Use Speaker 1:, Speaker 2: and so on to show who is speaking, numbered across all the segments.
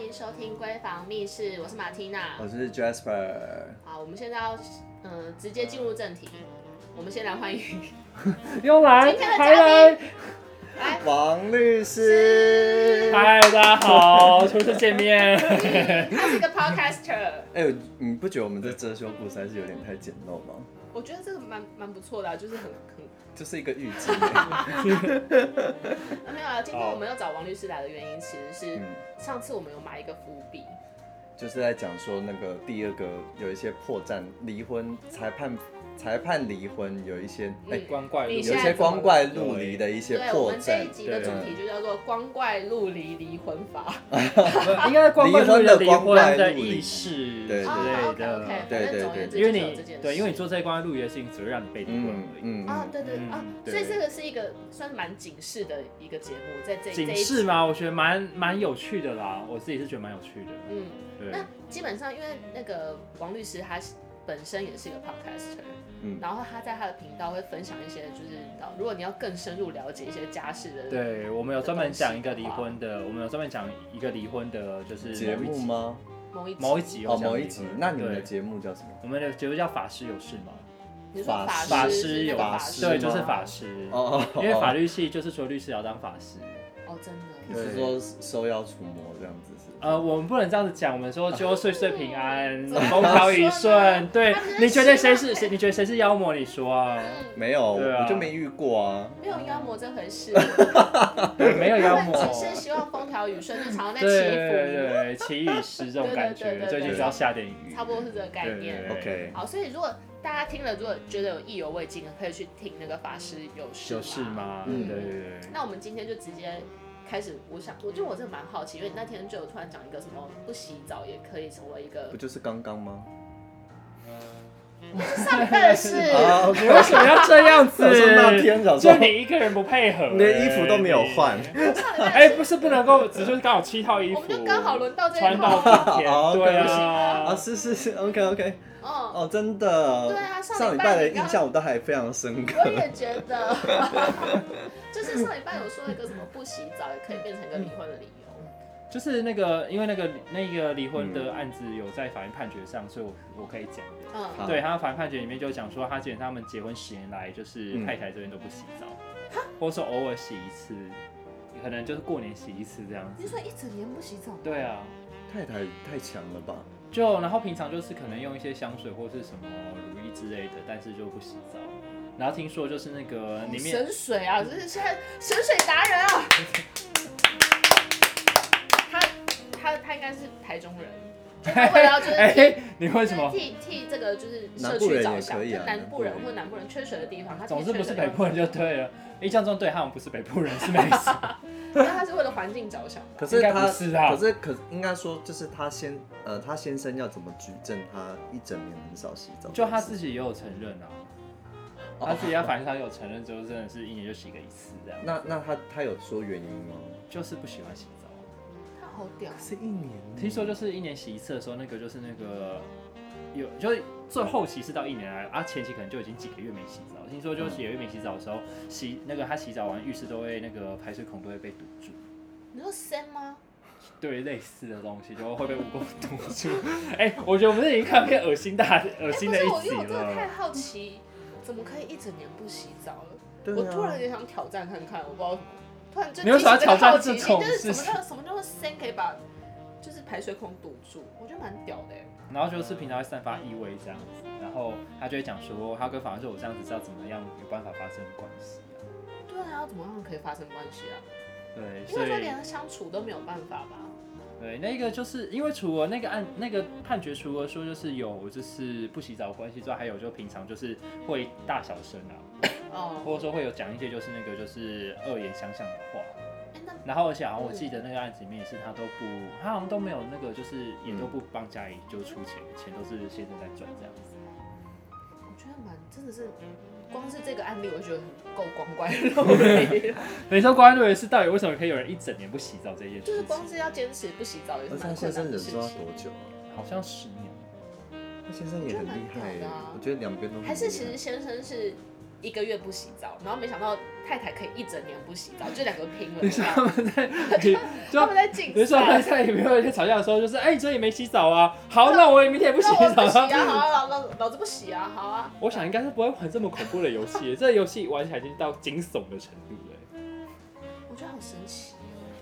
Speaker 1: 迎收听《闺房密室》，我是马缇娜。
Speaker 2: 我是 Jasper，
Speaker 1: 好，我们现在要呃直接进入正 题，我们先来欢迎
Speaker 3: 又来
Speaker 1: 今天的嘉宾
Speaker 3: 还来，
Speaker 1: 来
Speaker 2: 王律师。
Speaker 3: 嗨，大家好，初次见面。
Speaker 1: 他是一个 podcaster，
Speaker 2: 哎、我你不觉得我们这遮羞布实在是有点太简陋吗？
Speaker 1: 我觉得这个蛮蛮不错的啊、就是很很
Speaker 2: 就是一个欸浴巾。哦
Speaker 1: 啊没有啊。今天
Speaker 3: 好
Speaker 1: 我们要找王律师来的原因，其实是
Speaker 2: 嗯，
Speaker 1: 上次我们有埋一个伏笔，
Speaker 2: 就是在讲说那个第二个有一些破绽，离婚裁判裁判离婚有一些哎、
Speaker 1: 嗯
Speaker 3: 光怪陆
Speaker 1: 你
Speaker 3: 离，
Speaker 1: 现
Speaker 2: 有一
Speaker 1: 在
Speaker 2: 些光怪陆离的一些
Speaker 1: 对我
Speaker 2: 破
Speaker 1: 们这一
Speaker 2: 绽。啊
Speaker 1: 集的主题就叫做“光怪陆离离婚法
Speaker 3: 应该光怪陆离的离婚的意识
Speaker 2: 对”对
Speaker 3: 之
Speaker 1: 哦
Speaker 3: 类
Speaker 1: ，OK
Speaker 3: 的。
Speaker 1: OK，
Speaker 2: 对
Speaker 1: 反正
Speaker 2: 对
Speaker 1: 总而言之
Speaker 2: 对
Speaker 3: 因为
Speaker 1: 就是有这件
Speaker 3: 你
Speaker 1: 事
Speaker 3: 对，因为你做这些光怪陆离的事情，只会让你被离婚
Speaker 2: 嗯
Speaker 3: 而已。
Speaker 2: 嗯
Speaker 1: 啊，对对
Speaker 3: 嗯
Speaker 1: 啊，
Speaker 2: 对
Speaker 1: 所以这个是一个算蛮警示的一个节目，在这这
Speaker 3: 警
Speaker 1: 一
Speaker 3: 示
Speaker 1: 集，
Speaker 3: 嘛，我觉得蛮蛮有趣的啦，我自己是觉得蛮有趣的。
Speaker 1: 嗯，
Speaker 3: 对，
Speaker 1: 那基本上因为那个王律师他本身也是一个 podcaster，
Speaker 2: 嗯
Speaker 1: 然后他在他的频道会分享一些就是你知道，如果你要更深入了解一些家事的，，
Speaker 3: 对我们有专门讲一个离婚的，我们有专门讲一个离婚的，就是
Speaker 2: 节
Speaker 3: 某一
Speaker 2: 目
Speaker 3: 集？
Speaker 2: 吗？
Speaker 1: 某一集
Speaker 3: 某一集有
Speaker 2: 哦，
Speaker 3: 讲
Speaker 2: 某
Speaker 3: 离
Speaker 2: 一集
Speaker 3: 婚。
Speaker 2: 那你们的
Speaker 3: 对
Speaker 2: 节目叫什么？
Speaker 3: 我们的节目叫法师有事吗？
Speaker 1: 你说
Speaker 2: 法
Speaker 1: 师
Speaker 3: 法
Speaker 1: 是
Speaker 3: 师
Speaker 1: 那
Speaker 3: 有啊
Speaker 1: 个
Speaker 2: 法
Speaker 1: 师吗，
Speaker 3: 对，就是法师。
Speaker 2: 哦哦，
Speaker 3: 因为法
Speaker 2: 律
Speaker 3: 律系就是除了律师也要当法师。
Speaker 1: 哦，真的，
Speaker 3: 对
Speaker 2: 是说收妖除魔这样子是不是？
Speaker 3: 呃，我们不能这样子讲，我们说就岁岁平安，
Speaker 1: 怎么
Speaker 3: 风调雨
Speaker 1: 说呢
Speaker 3: 顺。对
Speaker 1: 他只是，
Speaker 3: 你觉得谁
Speaker 1: 希望
Speaker 3: 是谁？你觉得谁是妖魔？你说啊，
Speaker 1: 嗯，
Speaker 2: 没有，
Speaker 3: 对啊
Speaker 2: 我就没遇过啊。
Speaker 1: 没有妖魔这回事，
Speaker 3: 没有妖
Speaker 1: 他们
Speaker 3: 魔。
Speaker 1: 只是希望风调雨顺，就常常在
Speaker 3: 对
Speaker 1: 祈
Speaker 3: 对
Speaker 1: 福，
Speaker 3: 对，祈雨师这种感
Speaker 1: 对对对
Speaker 3: 觉，
Speaker 1: 对
Speaker 3: 最近只要下点雨。
Speaker 1: 差不多是这个概念。
Speaker 3: 对
Speaker 2: OK，
Speaker 1: 好，所以如果大家听了，如果觉得有意犹未尽，可以去听那个法师有事
Speaker 3: 有事吗？
Speaker 2: 嗯
Speaker 3: 对对对对。
Speaker 1: 那我们今天就直接开始，我想，我觉得我真的蛮好奇，因为你那天就有突然讲一个什么不洗澡也可以成为一个
Speaker 2: 不就是刚刚吗？
Speaker 1: 上礼拜的事，
Speaker 2: 啊，OK，
Speaker 3: 你为什么要这样子
Speaker 2: 我说那天想？说
Speaker 3: 就你一个人不配合，
Speaker 2: 连衣服都没有换
Speaker 3: 哎。
Speaker 1: 上礼
Speaker 3: 哎，
Speaker 1: 拜的
Speaker 3: 不
Speaker 1: 事，
Speaker 3: 是不能够，只是刚好七套衣
Speaker 1: 我
Speaker 3: 服，
Speaker 1: 们就刚好轮到这一
Speaker 3: 穿到
Speaker 1: 套，
Speaker 3: 今天
Speaker 2: 哦，
Speaker 3: 对
Speaker 2: 对不起啊，
Speaker 3: 啊，
Speaker 2: 是是是，OK OK，
Speaker 1: 嗯，
Speaker 2: 哦，真的，
Speaker 1: 对啊上
Speaker 2: 上
Speaker 1: 礼
Speaker 2: 礼
Speaker 1: 拜
Speaker 2: 拜的
Speaker 1: 你刚
Speaker 2: 印象我都还非常深刻
Speaker 1: 我，也觉得，就是上礼拜有说一个什么不洗澡也可以变成一个离婚的理由，
Speaker 3: 就是那个，因为那个那个离婚的案子有在法院判决上，所以我我可以讲的。
Speaker 1: 嗯，
Speaker 2: 好
Speaker 3: 对，他法院判决里面就讲说，他基本上他们结婚十年来，就是
Speaker 2: 嗯
Speaker 3: 太太这边都不洗澡，或者说偶尔洗一次，可能就是过年洗一次这样
Speaker 1: 你
Speaker 3: 子。
Speaker 1: 说一整年不洗澡，
Speaker 3: 对啊，
Speaker 2: 太太太强了吧？
Speaker 3: 就然后平常就是可能用一些香水或是什么乳液之类的，但是就不洗澡。然后听说就是那个里面
Speaker 1: 神水啊，就是现在神水达人啊，他他他应该是台中人，就他为了就是替
Speaker 3: 哎，你为什么？
Speaker 1: 替替这个就是社
Speaker 2: 南部
Speaker 1: 区
Speaker 2: 人
Speaker 1: 着
Speaker 2: 也
Speaker 1: 想，
Speaker 2: 可以
Speaker 1: 就
Speaker 2: 啊
Speaker 1: 南部人
Speaker 2: 南部人
Speaker 1: 或南部人缺水的地方，他
Speaker 3: 总之不是北
Speaker 1: 南
Speaker 3: 部人就对了。印象中对他们不是北部人是没错。
Speaker 1: 但 他是为了环境着想吧。
Speaker 2: 可是
Speaker 3: 应该
Speaker 2: 他，
Speaker 3: 不是啊
Speaker 2: 可是可应该说就是他先，呃，他先生要怎么举证他一整年很少洗澡？哦
Speaker 3: 就他自己也有承认啊，他自己要反正他有承认之后，真的是一年就洗个一次这样，
Speaker 2: 那那他他有说原因吗？
Speaker 3: 就是不喜欢洗澡。
Speaker 1: 他好屌，
Speaker 2: 是一年，
Speaker 3: 听说就是一年洗一次的时候，那个就是那个有就是最后期是到一年来啊，前期可能就已经几个月没洗澡。听说就是几个月没洗澡的时候，洗那个他洗澡完浴室都会那个排水孔都会被堵住。
Speaker 1: 你说 Sam 吗？
Speaker 3: 对类似的东西就会被蜈蚣堵住。 哎、我觉得我们这已经看遍恶心大恶
Speaker 1: 哎，
Speaker 3: 心
Speaker 1: 不
Speaker 3: 的
Speaker 1: 是
Speaker 3: 一
Speaker 1: 我，
Speaker 3: 集
Speaker 1: 因为我真的太
Speaker 3: 了。
Speaker 1: 好奇，怎么可以一整年不洗澡了？
Speaker 2: 对啊
Speaker 1: 我突然也想挑战看看，我不知道为什么，突然就
Speaker 3: 你为什么要
Speaker 1: 激起这个
Speaker 3: 挑战
Speaker 1: 好奇
Speaker 3: 这
Speaker 1: 心
Speaker 3: 种
Speaker 1: 就是
Speaker 3: 事
Speaker 1: 什么叫什么叫做 Sam 可以把就是排水孔堵住？我觉得蛮屌的欸。
Speaker 3: 然后就是平常会散发异味这样子，然后他就会讲说，他跟法官说我这样子是要怎么样有办法发生关系啊？
Speaker 1: 对啊，要怎么样可以发生关系啊？
Speaker 3: 对，
Speaker 1: 因为
Speaker 3: 所
Speaker 1: 说
Speaker 3: 以
Speaker 1: 连相处都没有办法吧？
Speaker 3: 对那个就是因为除了那个案那个判决，除了说就是有就是不洗澡的关系之外，还有就平常就是会大小声啊，
Speaker 1: 哦，
Speaker 3: 或者说会有讲一些就是那个就是恶言相向的话。
Speaker 1: 哎那
Speaker 3: 然后而且好像我记得那个案子里面也是他都不，他好像都没有那个，就是也都不帮家里就出钱，钱都是先生在赚这样子。
Speaker 1: 我觉得蛮真的是，嗯光是这个案例我就觉得很够光怪陆离了，
Speaker 3: 每次关注的是到底为什么可以有人一整年不洗澡这件事
Speaker 1: 就是
Speaker 3: 情，
Speaker 1: 光是要坚持不洗澡也是
Speaker 2: 而且他
Speaker 1: 蛮
Speaker 2: 先
Speaker 1: 困
Speaker 2: 生
Speaker 1: 难的
Speaker 2: 忍
Speaker 1: 事
Speaker 2: 受要
Speaker 1: 情。
Speaker 2: 多久啊？
Speaker 3: 好像十年，
Speaker 2: 他先生也很厉害
Speaker 1: 我觉得蛮屌的啊，
Speaker 2: 我觉得两边都很
Speaker 1: 还是
Speaker 2: 厉
Speaker 1: 其
Speaker 2: 害
Speaker 1: 实先生是一个月不洗澡，然后没想到太太可以一整年不洗澡，就两个拼了
Speaker 3: 你。说他们在，你就
Speaker 1: 他们在竞
Speaker 3: 比如说他
Speaker 1: 赛
Speaker 3: 们，在有没有在吵架的时候，就是哎，你昨天也没洗 澡啊，好，那我也明天也不洗
Speaker 1: 那我不洗
Speaker 3: 澡
Speaker 1: 啊，好啊，老老老子不洗啊，好啊。
Speaker 3: 我想应该是不会玩这么恐怖的游戏，这游戏玩起来已经到惊悚的程度了。
Speaker 1: 我觉得好神奇哦。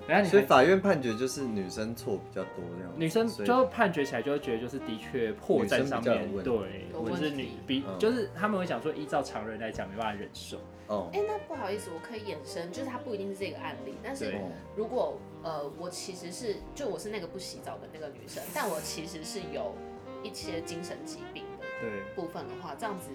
Speaker 3: 然后
Speaker 2: 所以
Speaker 3: 你还
Speaker 2: 法院判决就是女生错比较多这样子。
Speaker 3: 女生
Speaker 2: 所以哦
Speaker 3: 就判决起来就会觉得就是的确破绽上面
Speaker 2: 女生比较有
Speaker 3: 对，
Speaker 1: 有
Speaker 3: 我
Speaker 1: 问
Speaker 3: 是
Speaker 1: 题
Speaker 3: 女比
Speaker 2: 嗯
Speaker 3: 就是他们会想说依照常人来讲没办法忍受，
Speaker 2: 哦
Speaker 1: 哎、那不好意思，我可以衍生，就是它不一定是这个案例，但是
Speaker 3: 对
Speaker 2: 哦
Speaker 1: 如果呃，我其实是就我是那个不洗澡的那个女生，但我其实是有一些精神疾病的
Speaker 3: 对，
Speaker 1: 部分的话，这样子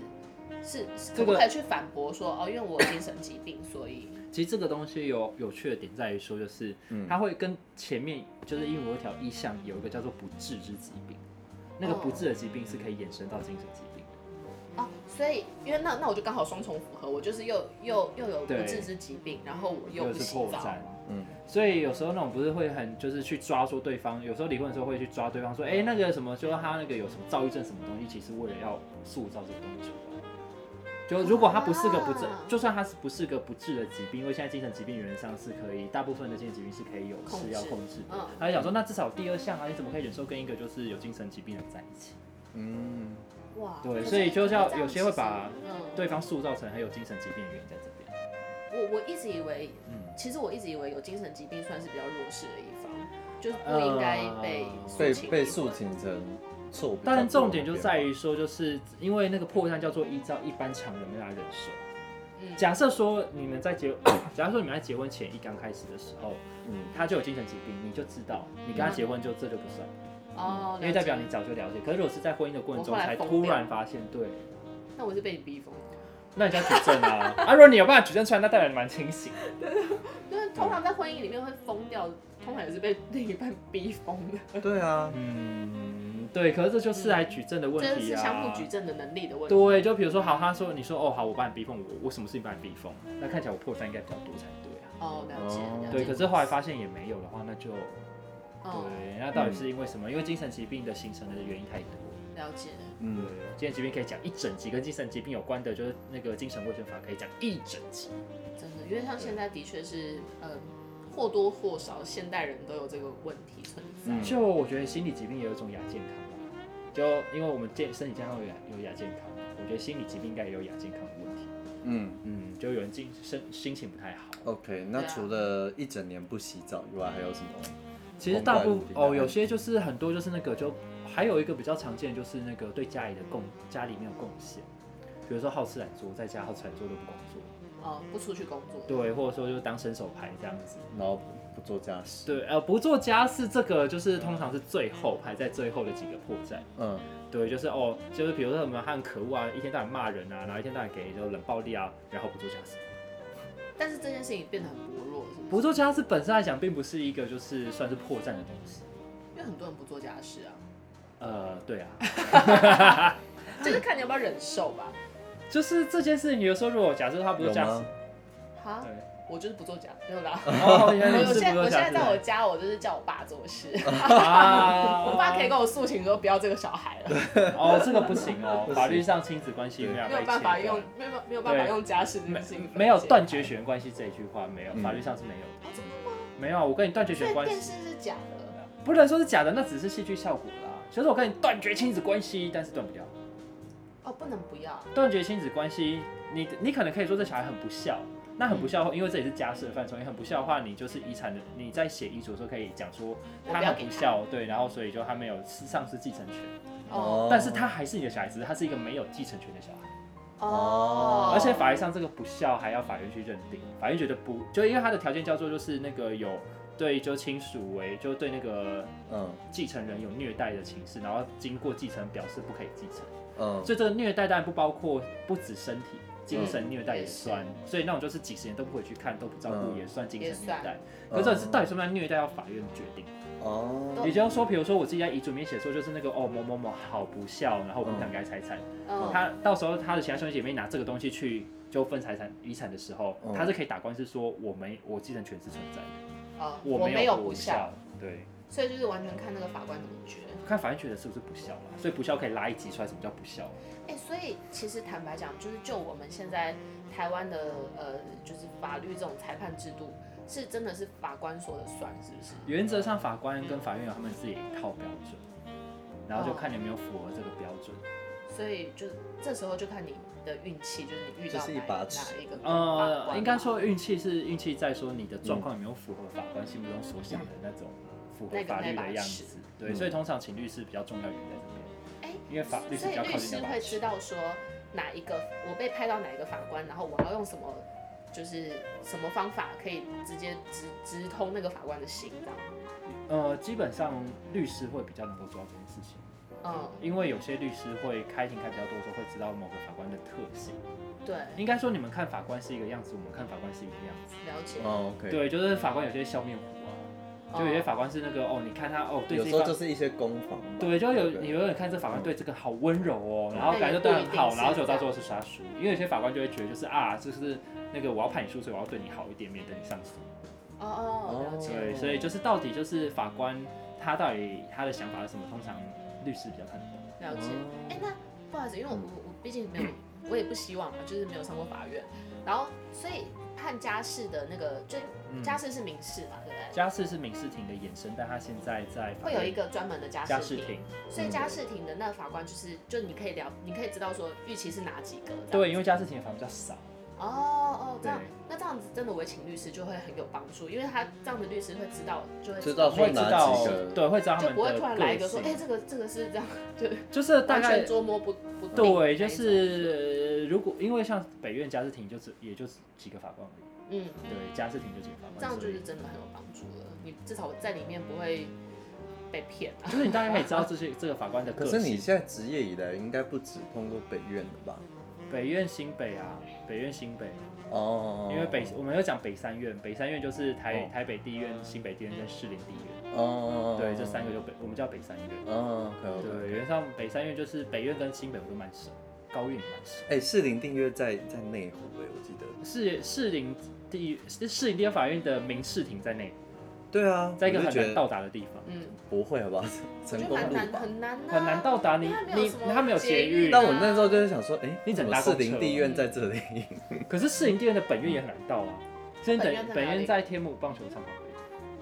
Speaker 1: 是是
Speaker 3: 这
Speaker 1: 可不
Speaker 3: 个
Speaker 1: 可以去反驳说哦，因为我有精神疾病，所以
Speaker 3: 其实这个东西有有趣的点在于说，就是
Speaker 2: 嗯
Speaker 3: 它会跟前面就是英文有一条意象有一个叫做不治之疾病，那个
Speaker 1: 哦
Speaker 3: 不治的疾病是可以衍生到精神疾病的。
Speaker 1: 哦，所以因为那那我就刚好双重符合，我就是又又又有不
Speaker 3: 对
Speaker 1: 治之疾病，然后我又
Speaker 3: 又
Speaker 1: 不
Speaker 3: 是
Speaker 1: 洗
Speaker 3: 破
Speaker 1: 澡，
Speaker 3: 绽，
Speaker 2: 嗯，
Speaker 3: 所以有时候那种不是会很就是去抓说对方，有时候离婚的时候会去抓对方说，哎、那个什么，就是他那个有什么躁郁症什么东西，其实为了要塑造这个东西出来。就如果他不是个不治
Speaker 1: 啊，
Speaker 3: 就算他是不是个不治的疾病，因为现在精神疾病原则上是可以，大部分的精神疾病是可以有
Speaker 1: 控
Speaker 3: 是要
Speaker 1: 制
Speaker 3: 控制的
Speaker 1: 嗯。
Speaker 3: 他就想说，那至少第二项啊，你怎么可以忍受跟一个就是有精神疾病的人在一起？
Speaker 2: 嗯，
Speaker 1: 哇，
Speaker 3: 对
Speaker 1: 可是
Speaker 3: 所以就
Speaker 1: 可是这样
Speaker 3: 像有些会把
Speaker 1: 其实嗯
Speaker 3: 对方塑造成很有精神疾病的原因在这边。
Speaker 1: 我我一直以为，
Speaker 3: 嗯
Speaker 1: 其实我一直以为有精神疾病算是比较弱势的一方，就是不应该被
Speaker 3: 呃
Speaker 1: 诉
Speaker 2: 啊被
Speaker 1: 请
Speaker 2: 被
Speaker 1: 离婚
Speaker 2: 诉请成错比较多的变化。
Speaker 3: 当然，重点就在于说，就是因为那个破绽叫做依照一般常人没办法忍受。
Speaker 1: 嗯
Speaker 3: 假设说你们在结， 假如说你们在结婚前一刚开始的时候，
Speaker 2: 嗯
Speaker 3: 他就有精神疾病，你就知道，你跟他结婚就这就不算，
Speaker 1: 哦，
Speaker 3: 因为
Speaker 1: 了
Speaker 3: 代表
Speaker 1: 解
Speaker 3: 你早就了解。可是如果是在婚姻的过程中
Speaker 1: 我后来
Speaker 3: 才
Speaker 1: 疯
Speaker 3: 突
Speaker 1: 掉
Speaker 3: 然发现，对，
Speaker 1: 那我是被你逼疯的。
Speaker 3: 那你就要举证啊。 啊，如果你有办法举证出来，那代表你蛮清醒的。
Speaker 1: 因为通常在婚姻里面会疯掉，通常也是被另一半逼疯的，
Speaker 2: 对啊，
Speaker 3: 嗯，对，可是这就是来举证的问
Speaker 1: 这
Speaker 3: 题
Speaker 1: 是
Speaker 3: 啊。
Speaker 1: 相互举证的能力的问题。
Speaker 3: 对，就比如说，好，他说，你说，哦，好，我把你逼疯，我我什么事情把你逼疯？那看起来我破绽应该比较多才对啊。
Speaker 1: 哦，了解，
Speaker 2: 哦
Speaker 1: 了解
Speaker 3: 对，可是后来发现也没有的话，那就
Speaker 1: 哦，
Speaker 3: 对，那到底是因为什么？因为精神疾病的形成的原因太多。
Speaker 1: 了解。
Speaker 2: 嗯
Speaker 3: 对，，精神疾病可以讲一整集，跟精神疾病有关的，就是那个精神卫生法可以讲一整集。
Speaker 1: 真的，因为像现在的确是，嗯，或多或少现代人都有这个问题存在。
Speaker 2: 嗯
Speaker 3: 就我觉得心理疾病也有一种亚健康吧，就因为我们健身体健康有亚有亚健康，我觉得心理疾病应该也有亚健康的问题。
Speaker 2: 嗯
Speaker 3: 嗯，就有人精身心情不太好。
Speaker 2: ，OK。那
Speaker 1: 对啊
Speaker 2: 除了一整年不洗澡以外，还有什么？
Speaker 3: 其实大部
Speaker 2: 红白路
Speaker 3: 哦，
Speaker 2: 比较
Speaker 3: 有些就是很多就是那个就还有一个比较常见的就是那个对家里的贡家里没有贡献，比如说好吃懒做，在家好吃懒做都不工作，
Speaker 1: 哦，不出去工作。
Speaker 3: 对，或者说就是当伸手牌这样子。
Speaker 2: 然后不做家事。，
Speaker 3: 对，呃，不做家事这个就是通常是最后排在最后的几个破绽。
Speaker 2: 嗯，
Speaker 3: 对，就是哦，就是比如说我们他很可恶啊，一天到晚骂人啊，然后一天到晚给就冷暴力啊，然后不做家事。
Speaker 1: 但是这件事情变得很薄弱，是不
Speaker 3: 不
Speaker 1: 是？
Speaker 3: 做家事本身来讲，并不是一个就是算是破绽的东西。
Speaker 1: 因为很多人不做家事啊，
Speaker 3: 呃，对啊，
Speaker 1: 就是看你要不要忍受 吧。
Speaker 3: 就是这件事情，比如说如果假设他不做
Speaker 2: 有
Speaker 3: 家事
Speaker 2: 吗，？
Speaker 1: 哈，
Speaker 3: 对。
Speaker 1: 我就是不做家，没有啦。
Speaker 3: 哦，
Speaker 1: 我
Speaker 3: 原来 你
Speaker 1: 我
Speaker 3: 是
Speaker 1: 现在
Speaker 3: 不做
Speaker 1: 我现
Speaker 3: 家
Speaker 1: 在
Speaker 3: 事
Speaker 1: 在我家，我就是叫我爸做事，
Speaker 3: 啊，
Speaker 1: 我爸可以跟我诉请说不要这个小孩了，
Speaker 3: 哦，这个不行哦
Speaker 2: 不，行
Speaker 3: 法律上亲子关系
Speaker 2: 对
Speaker 3: 没有
Speaker 1: 没
Speaker 3: 啊被
Speaker 1: 有办法
Speaker 3: 切断
Speaker 1: 用，没有没有办法
Speaker 3: 对
Speaker 1: 用家事这
Speaker 3: 没
Speaker 1: 件事情
Speaker 3: 没有
Speaker 1: 分解
Speaker 3: 断绝血缘关系这一句话没有，
Speaker 2: 嗯
Speaker 3: 法律上是没有的，
Speaker 1: 哦真的
Speaker 3: 没有，我跟你断绝血
Speaker 1: 所
Speaker 3: 缘
Speaker 1: 以
Speaker 3: 关
Speaker 1: 电
Speaker 3: 系，
Speaker 1: 视是假的，
Speaker 3: 不能说是假的，那只是戏剧效果啦。就是我跟你断绝亲子关系，但是断不掉，
Speaker 1: 哦，不能不要，
Speaker 3: 断绝亲子关系，你你可能可以说这小孩很不孝。那很不
Speaker 1: 嗯
Speaker 3: 孝的话，因为这也是家事的范畴。你很不孝的话，你就是遗产的，你在写遗嘱的时候可以讲说
Speaker 1: 我
Speaker 3: 他
Speaker 1: 不要
Speaker 3: 很
Speaker 1: 给
Speaker 3: 不
Speaker 1: 他
Speaker 3: 孝，对，然后所以就他没有丧失继承权。
Speaker 1: 哦
Speaker 3: 但是他还是你的小孩子，他是一个没有继承权的小孩，
Speaker 2: 哦
Speaker 1: 哦，
Speaker 3: 而且法律上这个不孝还要法院去认定，法院觉得不，就因为他的条件叫做就是那个有对就亲属为就对那个
Speaker 2: 嗯
Speaker 3: 继承人有虐待的情势，然后经过继承表示不可以继承，
Speaker 2: 嗯，
Speaker 3: 所以这个虐待当然不包括不止身体。精神虐待也算，
Speaker 1: 嗯
Speaker 3: 所以那种就是几十年都不回去看，都不照顾
Speaker 2: 嗯
Speaker 3: 也算精
Speaker 1: 也
Speaker 3: 神虐
Speaker 1: 算嗯
Speaker 3: 待。可是这是到底算不算虐待，要法院决定。
Speaker 2: 哦，
Speaker 3: 也就是说，比如说我自己在遗嘱里面写说，就是那个哦某某某好不孝，然后我不想给他财产，
Speaker 1: 嗯
Speaker 3: 他到时候他的其他兄弟姐妹拿这个东西去纠纷财产遗产的时候，
Speaker 2: 嗯
Speaker 3: 他是可以打官司说我没我继承权是存在的，
Speaker 1: 哦，
Speaker 3: 没
Speaker 1: 没有
Speaker 3: 不
Speaker 1: 不孝，，
Speaker 3: 对，
Speaker 1: 所以就是完全看那个法官怎么决。
Speaker 3: 看法院觉得是不是不孝嘛，所以不孝可以拉一集出来，什么叫不孝？
Speaker 1: 哎、所以其实坦白讲，就是就我们现在台湾的呃，就是法律这种裁判制度，是真的是法官说了算，是不是？
Speaker 3: 原则上法官跟法院有他们自己的一套标准，然
Speaker 1: 哦
Speaker 3: 后就看你有没有符合这个标准。
Speaker 1: 所以就这时候就看你的运气，就是你遇到
Speaker 2: 就是一
Speaker 1: 哪
Speaker 2: 把
Speaker 1: 哪
Speaker 2: 尺
Speaker 1: 一个法
Speaker 3: 呃，
Speaker 1: 官嗯
Speaker 3: 应该
Speaker 1: 嘛
Speaker 3: 说运气是运气，在说你的状况有没有符合法官心目中所想的那种符合法律的样子。对，
Speaker 2: 嗯
Speaker 3: 所以通常请律师比较重要原因在这
Speaker 1: 哎
Speaker 3: 边，因为法律师
Speaker 1: 所
Speaker 3: 比
Speaker 1: 以
Speaker 3: 较靠
Speaker 1: 律
Speaker 3: 近
Speaker 1: 师
Speaker 3: 那把
Speaker 1: 会知
Speaker 3: 尺。
Speaker 1: 道说哪一个我被派到哪一个法官，然后我要用什么，就是什么方法可以直接直直通那个法官的心，这样。
Speaker 3: 呃，基本上律师会比较能够做到这件事情，
Speaker 1: 嗯，
Speaker 3: 因为有些律师会开庭开比较多的时候，会知道某个法官的特性。
Speaker 1: 对，
Speaker 3: 应该说你们看法官是一个样子，我们看法官是一个样子。
Speaker 1: 了解。
Speaker 2: 哦，OK，
Speaker 3: 对，就是法官有些笑面虎啊，
Speaker 1: 哦
Speaker 3: 就有些法官是那个哦，你看他哦，对
Speaker 2: 有
Speaker 3: 这一
Speaker 2: 时候
Speaker 3: 方
Speaker 2: 就是一些攻防吧，
Speaker 3: 对，就有
Speaker 2: 对
Speaker 3: 你永远看这法官对这个好温柔哦，然后
Speaker 1: 那
Speaker 3: 感
Speaker 1: 也
Speaker 3: 觉对
Speaker 1: 不一
Speaker 3: 很
Speaker 1: 定
Speaker 3: 好，
Speaker 1: 是
Speaker 3: 然后就
Speaker 1: 这
Speaker 3: 到
Speaker 1: 样
Speaker 3: 最后是杀输，因为有些法官就会觉得就是啊，就是那个我要判你输，所以我要对你好一点，免得你上诉。
Speaker 1: 哦哦，了解。
Speaker 3: 对，所以就是到底就是法官他到底他的想法是什么，通常律师比较看得懂。
Speaker 1: 了
Speaker 2: 哦
Speaker 1: 解。
Speaker 3: 嗯
Speaker 1: 哎、那不好意思，因为我我我毕竟没有，我也不希望嘛，就是没有上过法院，然后所以判家事的那个，就
Speaker 3: 嗯
Speaker 1: 家事是民事嘛，对不对？
Speaker 3: 家事是民事庭的衍生，但他现在在法
Speaker 1: 会有
Speaker 3: 院
Speaker 1: 一个专门的家
Speaker 3: 家
Speaker 1: 事
Speaker 3: 事
Speaker 1: 庭，
Speaker 3: 庭，
Speaker 1: 所以家事庭的那个法官就是，就你可以聊，你可以知道说预期是哪几个。这样子
Speaker 3: 对，因为家事庭的法比较少。
Speaker 1: 哦哦，这样
Speaker 3: 对，
Speaker 1: 那这样子真的我请律师就会很有帮助，因为他这样的律师会知道，就会
Speaker 2: 知道
Speaker 3: 会
Speaker 2: 会
Speaker 3: 知
Speaker 2: 哪
Speaker 3: 道
Speaker 2: 几个，
Speaker 3: 对，会知道他
Speaker 1: 就
Speaker 3: 们
Speaker 1: 不会
Speaker 3: 的
Speaker 1: 突然来一
Speaker 3: 个
Speaker 1: 个说，
Speaker 3: 性，
Speaker 1: 哎、这个这个是这样，
Speaker 3: 就是 大
Speaker 1: 完
Speaker 3: 概
Speaker 1: 全捉摸不不定。
Speaker 3: 对，就
Speaker 1: 那一种
Speaker 3: 是如果因为像北院家事庭就只也就几个法官而已，
Speaker 1: 嗯，
Speaker 3: 对，家事庭就几个法官，
Speaker 1: 这样就
Speaker 3: 所以
Speaker 1: 是真的很有帮助了。你至少在里面不会被骗啊。
Speaker 3: 就是你大概可以知道这些这个法官的
Speaker 2: 可
Speaker 3: 个
Speaker 2: 是你
Speaker 3: 性。
Speaker 2: 现在职业以来，应该不止碰过北院的吧？
Speaker 3: 北院新北啊，北院新北，
Speaker 2: 哦，
Speaker 3: 因为北我们有讲北三院，北三院就是台
Speaker 2: 哦
Speaker 3: 台北地院、新北地院跟士林地院，
Speaker 2: 哦，
Speaker 3: 对，这三个就北我们叫北三院。
Speaker 2: 哦，OK，
Speaker 3: 对，原则上北三院就是北院跟新北我都蛮熟，高院也蛮熟。
Speaker 2: 哎，士林订阅在在内湖哎，我记得。
Speaker 3: 士士林地士林地方法院的民事庭在内，
Speaker 2: 对啊，
Speaker 3: 在一个
Speaker 2: 我就
Speaker 3: 很
Speaker 2: 觉
Speaker 3: 难
Speaker 2: 得
Speaker 3: 到达的地方。
Speaker 1: 嗯，
Speaker 2: 不会好吧？
Speaker 1: 我
Speaker 2: 成
Speaker 1: 觉得蛮
Speaker 2: 功路
Speaker 1: 难，
Speaker 2: 吧。
Speaker 1: 很难、啊，
Speaker 3: 很难到达你
Speaker 1: 因为
Speaker 3: 你
Speaker 1: 没有
Speaker 3: 它没有捷运
Speaker 1: 运、
Speaker 3: 但
Speaker 2: 但我那时候就是想说，哎，
Speaker 3: 啊你
Speaker 2: 怎
Speaker 3: 整
Speaker 2: 么
Speaker 3: 搭
Speaker 2: 士
Speaker 3: 公车
Speaker 2: 林地院在这里？
Speaker 3: 可是士林地院的本院也很难到啊，所以
Speaker 1: 本
Speaker 3: 等
Speaker 1: 院在哪
Speaker 3: 本院
Speaker 1: 里
Speaker 3: 在天母棒球场旁边，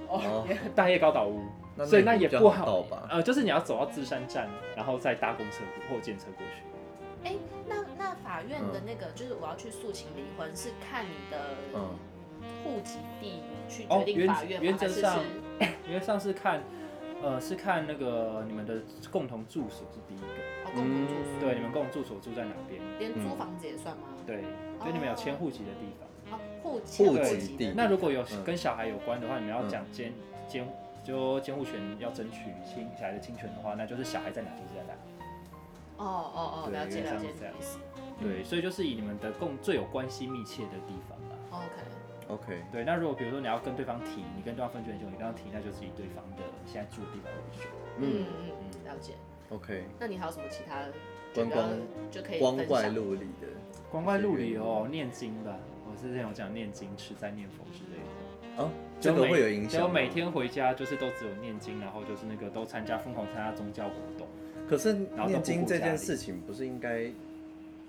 Speaker 1: 哦
Speaker 2: 哦，
Speaker 1: 也
Speaker 3: 大叶高岛屋，
Speaker 2: 那
Speaker 3: 所以
Speaker 2: 内
Speaker 3: 那
Speaker 2: 湖
Speaker 3: 也
Speaker 2: 比较
Speaker 3: 不
Speaker 2: 难
Speaker 3: 好
Speaker 2: 到吧？
Speaker 3: 呃，就是你要走到芝山站，然后再搭公车或电车过去。
Speaker 1: 哎、那那法院的那个、就是我要去诉请离婚，是看你的
Speaker 2: 嗯，
Speaker 1: 户籍地去
Speaker 3: 哦
Speaker 1: 决定
Speaker 3: 原
Speaker 1: 法院吗？
Speaker 3: 原则
Speaker 1: 还是哦
Speaker 3: 上
Speaker 1: 是
Speaker 3: 因为上次看，呃，是看那个你们的共同住所是第一个，
Speaker 1: 哦，共同住所，
Speaker 2: 嗯
Speaker 3: 对，你们共同住所住在哪边？
Speaker 1: 连租房子也算吗？
Speaker 3: 对，就你们有迁户籍的地方。
Speaker 1: 哦，户籍
Speaker 2: 户
Speaker 1: 籍
Speaker 2: 籍地
Speaker 1: 那
Speaker 3: 那如果有
Speaker 2: 嗯
Speaker 3: 跟小孩有关的话，你们要
Speaker 2: 嗯
Speaker 3: 讲监监就监护权要争取亲小孩的侵权的话，那就是小孩在哪就是在哪。
Speaker 1: 哦哦哦，
Speaker 3: 对
Speaker 1: 了解
Speaker 3: 原则
Speaker 1: 了
Speaker 3: 上
Speaker 1: 解
Speaker 3: 是
Speaker 1: 你
Speaker 3: 这
Speaker 1: 的
Speaker 3: 样
Speaker 1: 意思。
Speaker 2: 嗯
Speaker 3: 对，所以就是以你们的共最有关系密切的地方啦。
Speaker 1: OK，
Speaker 2: OK，
Speaker 3: 对，那如果比如说你要跟对方提，你跟对方分居很久，你跟他提，那就是以对方的现在住的地方为准。
Speaker 1: 嗯
Speaker 2: 嗯
Speaker 1: 嗯，了解。
Speaker 2: ，OK，
Speaker 1: 那你还有什么其他觉
Speaker 2: 观光
Speaker 1: 得就可以
Speaker 2: 光
Speaker 1: 分
Speaker 2: 怪
Speaker 1: 享？
Speaker 2: 陆离的，
Speaker 3: 光怪陆离哦，念经吧，我之前有讲念经、吃斋念佛之类的。
Speaker 2: 哦，这个
Speaker 3: 就每
Speaker 2: 会有影
Speaker 3: 就
Speaker 2: 响。
Speaker 3: 每。天回家就是都只有念经，然后就是那个都参加疯狂参加宗教活动。
Speaker 2: 可是
Speaker 3: 然后都
Speaker 2: 念
Speaker 3: 不
Speaker 2: 经
Speaker 3: 顾
Speaker 2: 这
Speaker 3: 家
Speaker 2: 件
Speaker 3: 里
Speaker 2: 事情，不是应该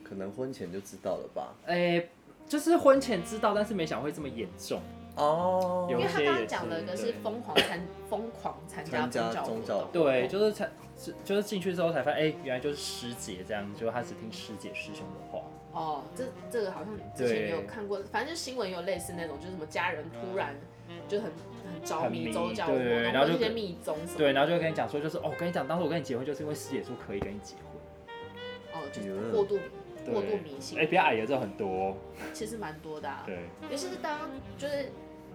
Speaker 2: 可能婚前就知道了吧？
Speaker 3: 哎、就是婚前知道，但是没想会这么严重。
Speaker 2: 哦
Speaker 1: 因
Speaker 3: 有
Speaker 1: 为
Speaker 3: 些
Speaker 1: 他刚
Speaker 3: 也
Speaker 1: 刚讲了一
Speaker 3: 是
Speaker 1: 个是
Speaker 3: 对
Speaker 1: 疯狂参疯狂参加
Speaker 2: 参加
Speaker 1: 宗
Speaker 2: 宗
Speaker 1: 教
Speaker 2: 教
Speaker 1: 活动，
Speaker 3: 对，就是才是就是进去之后才发现，哎、原来就是师姐这样，就他只听师姐师兄的话。
Speaker 1: 哦，这这个好像之前
Speaker 3: 对
Speaker 1: 也有看过，反正就新闻有类似那种，就是什么家人突然就很很着
Speaker 3: 很
Speaker 1: 迷
Speaker 3: 迷
Speaker 1: 宗教活
Speaker 3: 对
Speaker 1: 动，
Speaker 3: 然后
Speaker 1: 或者一
Speaker 3: 就
Speaker 1: 些密宗什么的，
Speaker 3: 对，然后就会跟你讲说，就是哦，我跟你讲，当初我跟你结婚，就是因为师姐说可以跟你结婚。
Speaker 1: 哦，就
Speaker 2: 有
Speaker 1: 是
Speaker 2: 的
Speaker 1: 过度
Speaker 3: 对
Speaker 1: 过度迷信
Speaker 3: 哎、，比较矮的这种很多哦、
Speaker 1: 其实蛮多的啊。
Speaker 3: 对，
Speaker 1: 尤其是当就是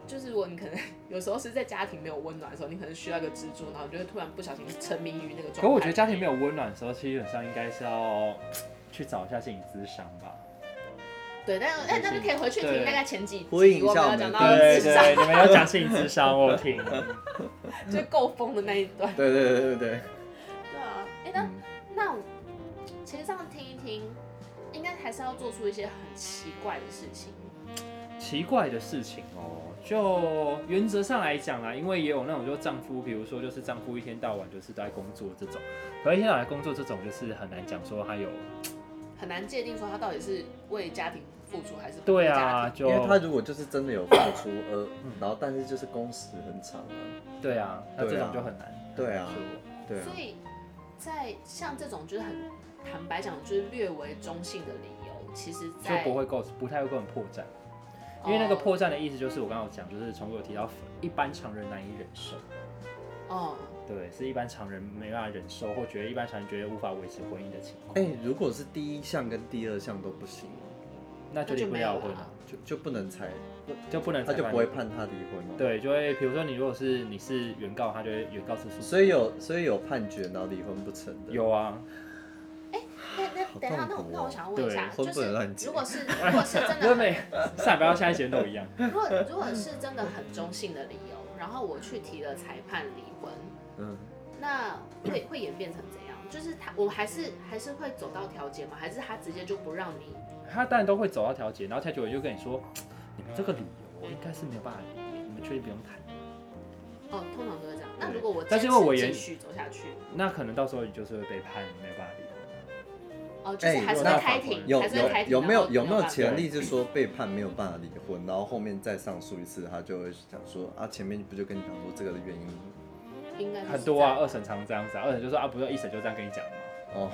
Speaker 1: 就是如果你可能有时候是在家庭没有温暖的时候，你可能需要一个支柱，然后你就会突然不小心沉迷于那个状态。
Speaker 3: 可我觉得家庭没有温暖的时候，基本上应该是要去找一下心理咨商吧。
Speaker 1: 对，但哎，那就可以回去听
Speaker 3: 对
Speaker 1: 大概前几集，
Speaker 2: 呼应一下
Speaker 1: 我们要
Speaker 2: 我们
Speaker 1: 讲到
Speaker 3: 对
Speaker 1: 啊智商
Speaker 3: 对，你们要讲心理咨商，我有听。
Speaker 1: 就够疯的那一段。
Speaker 2: 对对对对对，
Speaker 1: 对啊，哎，那
Speaker 2: 嗯，
Speaker 1: 那我其实这样听一听，应该还是要做出一些很奇怪的事情。
Speaker 3: 奇怪的事情哦。就原则上来讲啦，因为也有那种就丈夫，比如说就是丈夫一天到晚就是都在工作这种，可一天到晚工作这种就是很难讲说他有
Speaker 1: 很难界定说他到底是为家庭付出还是不为
Speaker 3: 对
Speaker 1: 家
Speaker 3: 啊，嗯
Speaker 1: 庭。
Speaker 3: 就
Speaker 2: 因为他如果就是真的有付出，呃，然后但是就是工时很长啊，
Speaker 3: 对啊，那这
Speaker 2: 对啊
Speaker 3: 种就很难
Speaker 2: 对啊
Speaker 3: 很难说
Speaker 2: 对啊
Speaker 1: 所，以在像这种就是很坦白讲，就是略为中性的理由，其实
Speaker 3: 就
Speaker 1: 在哦
Speaker 3: 不会够，不太会够很破绽。因为那个破绽的意思就是我刚刚有讲，就是从我有提到一般常人难以忍受，
Speaker 1: 哦，
Speaker 3: 对，是一般常人没办法忍受，或觉得一般常人觉得无法维持婚姻的情况，
Speaker 2: 哎、如果是第一项跟第二项都不行，
Speaker 3: 那就离不了婚了，
Speaker 2: 就就不能裁，
Speaker 3: 就不能
Speaker 2: 他
Speaker 3: 裁
Speaker 2: 就
Speaker 3: 判
Speaker 2: 不会判他离婚了。，
Speaker 3: 对，就会比如说你如果是你是原告，他就会原告是诉讼，
Speaker 2: 所以有所以有判决然后离婚不成的，
Speaker 3: 有啊，
Speaker 1: 那那
Speaker 2: 好
Speaker 1: 等一下，那
Speaker 2: 痛
Speaker 1: 我
Speaker 2: 苦
Speaker 1: 那
Speaker 2: 哦
Speaker 1: 我想要问一下，
Speaker 2: 对
Speaker 1: 就
Speaker 2: 婚不
Speaker 1: 是
Speaker 2: 能乱结
Speaker 1: 如果 是如果是真
Speaker 3: 因为
Speaker 1: 的
Speaker 3: 每啊上不到下一节都一样，
Speaker 1: 很，如果如果是真的很中性的理由，然后我去提了裁判离婚，
Speaker 2: 嗯，
Speaker 1: 那会会演变成怎样？就是他，我还是还是会走到调解吗？还是他直接就不让你？
Speaker 3: 他当然都会走到调解，然后调解委员就跟你说，你们这个理由应该是没有办法理解，你们确定不用谈。
Speaker 1: 哦，通常都会这样。那
Speaker 3: 对
Speaker 1: 如果我
Speaker 3: 但是因为我
Speaker 1: 坚持
Speaker 3: 也
Speaker 1: 继续走下去，
Speaker 3: 那可能到时候你就是会被判没有办法离婚。
Speaker 1: 哦，就是
Speaker 2: 哎
Speaker 1: 还是
Speaker 2: 那
Speaker 1: 会开
Speaker 3: 嗯
Speaker 1: 庭，
Speaker 2: 有
Speaker 1: 还是会开
Speaker 2: 有
Speaker 1: 庭
Speaker 2: 有没
Speaker 1: 然
Speaker 2: 有
Speaker 1: 后
Speaker 2: 有没有
Speaker 1: 办法
Speaker 2: 潜力是说被判没有办法离婚，然后后面再上诉一次，他就会想说啊，前面不就跟你讲说这个的原因
Speaker 1: 应该就是
Speaker 3: 很多啊，
Speaker 1: 这样
Speaker 3: 二审常这样子啊，二审就说啊，不是一审就这样跟你讲的嘛，
Speaker 2: 哦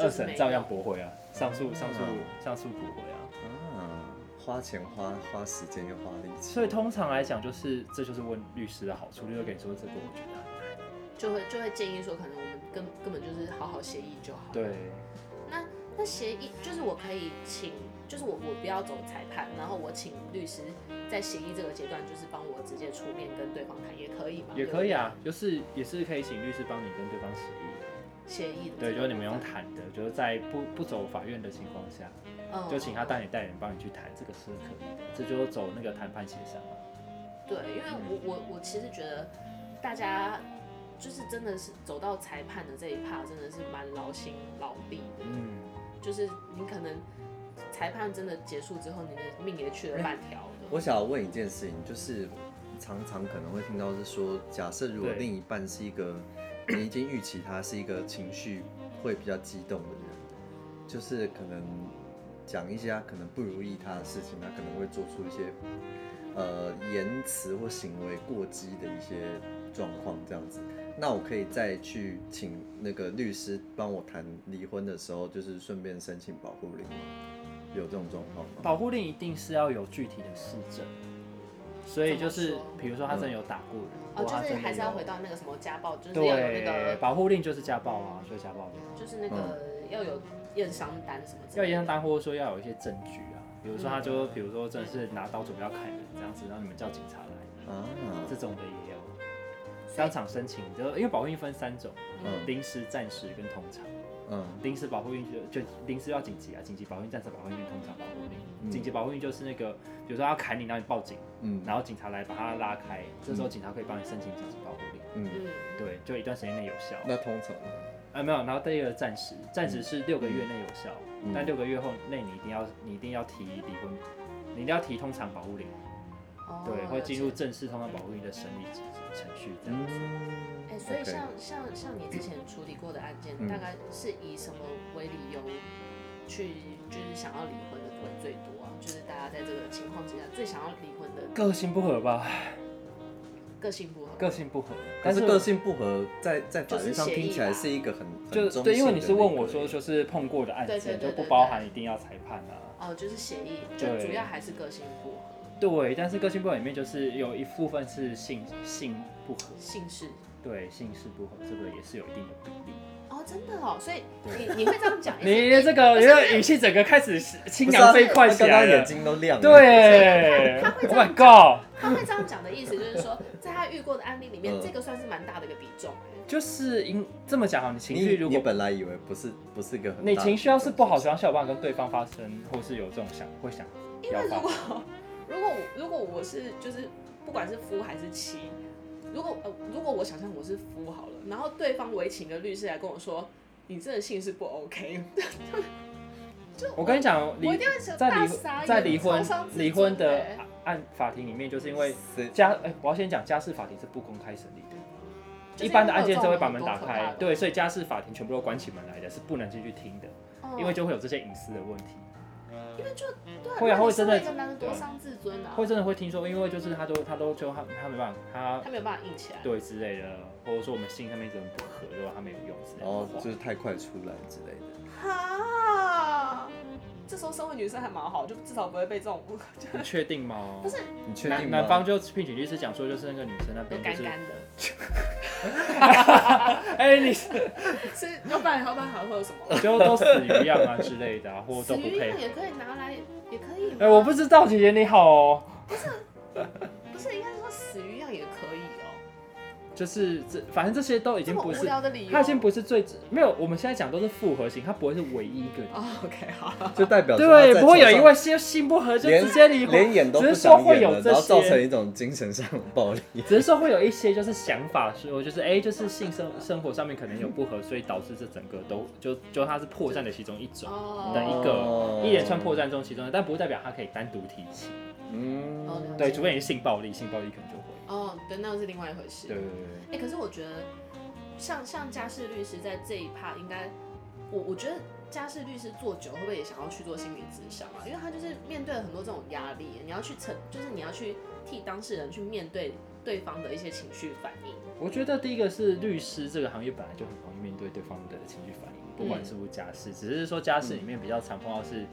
Speaker 3: 二审照样驳回啊，上诉上诉
Speaker 2: 嗯
Speaker 3: 上诉驳回啊。
Speaker 2: 啊，花钱花花时间又花力气，
Speaker 3: 所以通常来讲，就是这就是问律师的好处，律师跟你说这个我觉得很难
Speaker 1: 就会就会建议说，可能我们根根本就是好好协议就好。，
Speaker 3: 对，
Speaker 1: 那那协议就是我可以请，就是我我不要走裁判，然后我请律师在协议这个阶段，就是帮我直接出面跟对方谈，也可以嘛？
Speaker 3: 也
Speaker 1: 对不
Speaker 3: 可以
Speaker 1: 对
Speaker 3: 啊，就是也是可以请律师帮你跟对方协议，
Speaker 1: 协议的这个
Speaker 3: 对，就是你们用
Speaker 1: 部分
Speaker 3: 谈的，就是在不不走法院的情况下，
Speaker 1: 嗯
Speaker 3: 就请他代理代理人帮你去谈，这个是可以的，这就是走那个谈判协商啊。
Speaker 1: 对，因为我我我其实觉得大家就是真的是走到裁判的这一趴，真的是蛮劳心劳力的。
Speaker 3: 嗯，
Speaker 1: 就是你可能裁判真的结束之后，你的命也去了半条的。
Speaker 2: 我想要问一件事情，就是常常可能会听到是说，假设如果
Speaker 3: 对
Speaker 2: 另一半是一个，你已经预期他是一个情绪会比较激动的人，就是可能讲一些他可能不如意他的事情，他可能会做出一些呃言辞或行为过激的一些状况这样子。那我可以再去请那个律师帮我谈离婚的时候，就是顺便申请保护令吗，有这种状况吗？
Speaker 3: 保护令一定是要有具体的事证，所以就
Speaker 1: 怎
Speaker 3: 是
Speaker 1: 么说
Speaker 3: 比如说他真的有打过人，
Speaker 1: 哦，
Speaker 3: 或他
Speaker 1: 就是
Speaker 3: 真的
Speaker 1: 还是要
Speaker 3: 有
Speaker 1: 回到那个什么家暴，就是要有那
Speaker 3: 对
Speaker 1: 个，
Speaker 3: 保护令就是家暴啊，所以家暴令
Speaker 1: 就是那个要有验伤单什么之
Speaker 3: 要
Speaker 1: 类的。
Speaker 3: 严当或者说要有一些证据啊，比如说他就比如说真的是拿刀准备要砍人这样子，让你们叫警察来，
Speaker 2: 啊，
Speaker 3: 这种的也有。当场申请，就因为保护令分三种，
Speaker 2: 嗯
Speaker 3: 临时、暂时跟通常。
Speaker 2: 嗯。
Speaker 3: 临时保护令就就临时要紧急啊，紧急保护令、暂时保护令、通常保护令。
Speaker 2: 嗯
Speaker 3: 紧急保护令就是那个，比如说他要砍你，然后你报警，
Speaker 2: 嗯
Speaker 3: 然后警察来把他拉开，这时候警察可以帮你申请紧急保护令，
Speaker 2: 嗯，
Speaker 1: 嗯，
Speaker 3: 对，就一段时间内有效。
Speaker 2: 那通常
Speaker 3: 啊，没有，然后第二个暂时，暂时是六个月内有效，
Speaker 2: 嗯
Speaker 3: 但六个月后内你一定要你一定要提离婚，你一定要提通常保护令，
Speaker 1: 哦
Speaker 3: 对，会进入
Speaker 1: 了解
Speaker 3: 正式通常保护令的审理程序这样子。
Speaker 2: 嗯，
Speaker 1: 哎，所以
Speaker 2: OK
Speaker 1: 像像像你之前处理过的案件，
Speaker 2: 嗯
Speaker 1: 大概是以什么为理由去就是想要离婚的会最多啊？就是大家在这个情况之下最想要离婚的
Speaker 3: 个性不合吧，
Speaker 1: 个性不合，
Speaker 3: 个性不合，
Speaker 2: 但
Speaker 3: 但
Speaker 2: 是
Speaker 3: 是
Speaker 2: 个性不合，在在法
Speaker 1: 就是
Speaker 2: 律上
Speaker 1: 协议
Speaker 2: 听起来
Speaker 1: 吧
Speaker 2: 是一个很
Speaker 3: 就
Speaker 2: 很中
Speaker 3: 对，因为
Speaker 2: 性
Speaker 3: 你
Speaker 2: 的
Speaker 3: 是问
Speaker 2: 那
Speaker 3: 我
Speaker 2: 个
Speaker 3: 说就是碰过的案
Speaker 1: 对对
Speaker 3: 件，
Speaker 1: 对
Speaker 3: 就不
Speaker 1: 对
Speaker 3: 包
Speaker 1: 对
Speaker 3: 含一定要裁判啊。
Speaker 1: 哦，就是协议，就
Speaker 3: 对
Speaker 1: 主要还是个性不合，
Speaker 3: 对，但是个性不合里面就是有一部分是性性不合，
Speaker 1: 姓氏。
Speaker 3: 对，性事不合这个也是有一定的比例。
Speaker 1: 哦，真的哦，所以你你会这样讲，
Speaker 3: 你这个
Speaker 1: 哎不
Speaker 3: 你
Speaker 1: 是
Speaker 3: 的语气整个开始清
Speaker 2: 不是
Speaker 3: 凉
Speaker 2: 啊
Speaker 3: 这一块
Speaker 2: 他
Speaker 3: 起
Speaker 2: 刚
Speaker 3: 来
Speaker 2: 刚
Speaker 3: 了
Speaker 2: 眼。睛都亮了，
Speaker 3: 对
Speaker 1: 他会这
Speaker 3: ，Oh
Speaker 1: 样
Speaker 3: my god，
Speaker 1: 他会这样讲的意思就是说，在他遇过的案例里面，
Speaker 2: 嗯
Speaker 1: 这个算是蛮大的一个比重。啊
Speaker 3: 就是因这么讲哈，你情绪
Speaker 2: 你
Speaker 3: 如
Speaker 2: 你
Speaker 3: 果
Speaker 2: 本来以为不是不是一个很
Speaker 3: 你
Speaker 2: 大
Speaker 3: 情
Speaker 2: 的
Speaker 3: 绪要是不好，想想办法跟对方发生，或是有这种想会想要
Speaker 1: 如
Speaker 3: 发
Speaker 1: 果
Speaker 3: 生，
Speaker 1: 如果我如果我是就是不管是夫还是妻，如果呃如果我想象我是夫好了，然后对方我也请个律师来跟我说，你这个姓氏不 OK，就
Speaker 3: 我跟你讲，
Speaker 1: 我一
Speaker 3: 离
Speaker 1: 定会想
Speaker 3: 在
Speaker 1: 大
Speaker 3: 离
Speaker 1: 傻眼
Speaker 3: 在离婚
Speaker 1: 超伤自尊
Speaker 3: 离婚的
Speaker 1: 欸
Speaker 3: 啊按法庭里面，就是因为
Speaker 2: 谁
Speaker 3: 家，哎、我要先讲家事法庭是不公开审理的，
Speaker 1: 就是
Speaker 3: 一般的案件都会把门
Speaker 1: 因
Speaker 3: 打
Speaker 1: 为有这种很多可怕
Speaker 3: 开
Speaker 1: 的，
Speaker 3: 对，所以家事法庭全部都关起门来的，是不能进去听的，
Speaker 1: 哦
Speaker 3: 因为
Speaker 1: 就
Speaker 3: 就会有这些隐私的问题。
Speaker 1: 因为就对啊，
Speaker 3: 会啊
Speaker 1: 那你
Speaker 3: 会真的
Speaker 1: 身为一个男人多伤自尊啊，
Speaker 3: 会真的会听说，因为就是他都他都就他他没办法，他
Speaker 1: 他没有办法硬起来。
Speaker 3: 对之类的，或者说我们性上面一直很不合，如果他没有用之类
Speaker 2: 然后
Speaker 3: 的话
Speaker 2: 哦就是太快出来之类的。
Speaker 1: 哈，这时候身为女生还蛮好，就至少不会被这种就
Speaker 3: 你确定吗？
Speaker 1: 不是
Speaker 2: 你确定
Speaker 3: 男
Speaker 2: 吗？
Speaker 3: 男方就聘请律师讲说，就是那个女生那边
Speaker 1: 干
Speaker 3: 就是，
Speaker 1: 干的。
Speaker 3: 哎、你
Speaker 1: 是，要不然要不然还会有什么？
Speaker 3: 就都死鱼样啊之类的、啊，或
Speaker 1: 死
Speaker 3: 都不
Speaker 1: 鱼
Speaker 3: 配
Speaker 1: 样
Speaker 3: 合。
Speaker 1: 也可以拿来，也可以吗。
Speaker 3: 哎、我不知道，姐姐你好哦。
Speaker 1: 不是应该说死鱼样也可以哦，
Speaker 3: 就是这，反正这些都已
Speaker 1: 这
Speaker 3: 经
Speaker 1: 么
Speaker 3: 不
Speaker 1: 无
Speaker 3: 是，
Speaker 1: 聊的理由。
Speaker 3: 它已经不是最没有。我们现在讲都是复合型，它不会是唯一一个。
Speaker 1: 哦，OK，好，
Speaker 2: 就代表说他
Speaker 3: 啊对，
Speaker 2: 在
Speaker 3: 不会有
Speaker 2: 床
Speaker 3: 一
Speaker 2: 上
Speaker 3: 位心心不合就
Speaker 2: 连
Speaker 3: 直接离婚，
Speaker 2: 连演都
Speaker 3: 只
Speaker 2: 不
Speaker 3: 是说
Speaker 2: 想
Speaker 3: 会
Speaker 2: 演
Speaker 3: 有
Speaker 2: 了，
Speaker 3: 这
Speaker 2: 然后造
Speaker 3: 些
Speaker 2: 成一种精神上的暴力。
Speaker 3: 只是说会 有一些就是想法说，就是哎、就是性生生活上面可能有不合，所以导致这整个都就就它是破绽的其中一种，
Speaker 1: 哦，
Speaker 3: 的一个
Speaker 2: 哦
Speaker 3: 一连串破绽中其中的，但不代表它可以单独提起。
Speaker 2: 嗯
Speaker 1: 哦了解
Speaker 3: 对，除非你是性暴力，性暴力可能就会。
Speaker 1: 哦，对，那是另外一回事。
Speaker 3: 对对对
Speaker 1: 哎、可是我觉得像像家事律师在这一趴，应该我我觉得家事律师做久会不会也想要去做心理咨商啊？因为他就是面对了很多这种压力，你要去承，就是你要去替当事人去面对对方的一些情绪反应。
Speaker 3: 对，我觉得第一个是律师这个行业本来就很容易面对对方的情绪反应，不
Speaker 2: 嗯
Speaker 3: 管是不是家事，只是说家事里面比较常碰到是，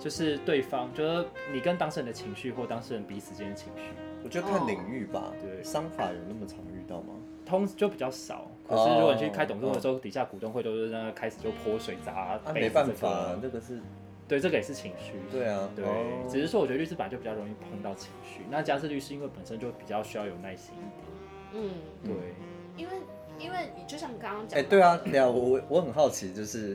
Speaker 3: 就是对方就是你跟当事人的情绪或当事人彼此间的情绪，
Speaker 2: 我觉得看领域吧，
Speaker 3: 对
Speaker 2: 商法有那么常遇到吗？
Speaker 3: 通就比较少。可
Speaker 2: 哦
Speaker 3: 是如果你去开董事会的时候，底下股东会都是那个开始就泼水砸
Speaker 2: 啊，
Speaker 3: 杯
Speaker 2: 没
Speaker 3: 子
Speaker 2: 办
Speaker 3: 这
Speaker 2: 法啊
Speaker 3: 个，
Speaker 2: 那个是
Speaker 3: 对，这个也是情绪。
Speaker 2: 对啊，
Speaker 3: 对
Speaker 2: 哦，
Speaker 3: 只是说我觉得律师本来就比较容易碰到情绪，那家事律师因为本身就比较需要有耐心一
Speaker 1: 嗯，
Speaker 3: 点。对，
Speaker 2: 啊
Speaker 1: 因为因为你就像你刚刚讲，
Speaker 2: 哎，对啊，，对啊，我我我很好奇，就是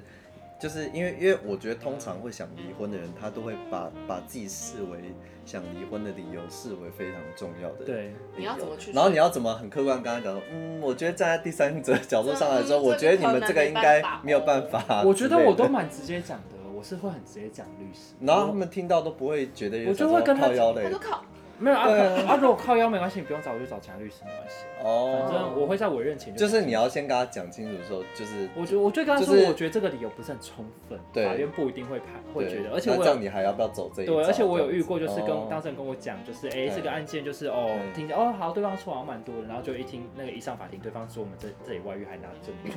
Speaker 2: 就是因为因为我觉得通常会想离婚的人，他都会把把自己视为想离婚的理由视为非常重要的。。
Speaker 3: 对，
Speaker 1: 你要怎么去，
Speaker 2: 然后你。要怎么很客观地跟他讲说，嗯，我觉得站在第三者角度上来说，
Speaker 1: 嗯
Speaker 2: 我觉得你们这个应该
Speaker 1: 这个可能
Speaker 2: 没有办法之类的。
Speaker 3: 我觉得我都蛮直接讲的，我是会很直接讲律师。
Speaker 2: 然后他们听到都不会觉得有
Speaker 3: 我就
Speaker 2: 想说
Speaker 3: 会跟他
Speaker 2: 靠腰的
Speaker 1: 他，说靠，
Speaker 3: 没有啊
Speaker 2: 对
Speaker 3: 啊，如果靠腰没关系，你不用找我就找其他律师没关系。反
Speaker 2: 哦，
Speaker 3: 正我会在委任前
Speaker 2: 就是你要先跟他讲清楚说，就是
Speaker 3: 我觉得我就跟他说，
Speaker 2: 就是
Speaker 3: 我觉得这个理由不是很充分，
Speaker 2: 对
Speaker 3: 法院不一定会判，会
Speaker 2: 对
Speaker 3: 觉得，而且
Speaker 2: 那
Speaker 3: 我
Speaker 2: 这
Speaker 3: 有
Speaker 2: 样你还要不要走这一
Speaker 3: 对，
Speaker 2: 招
Speaker 3: 而且我有
Speaker 2: 这样
Speaker 3: 遇过，就是
Speaker 2: 子
Speaker 3: 跟
Speaker 2: 哦
Speaker 3: 当事人跟我讲，就是哎、
Speaker 2: 对嗯
Speaker 3: 这个案件就是哦，
Speaker 2: 对
Speaker 3: 听见哦，好，对方说好像蛮多的，然后就一听那个一上法庭，对方说我们这这里外遇还拿证据，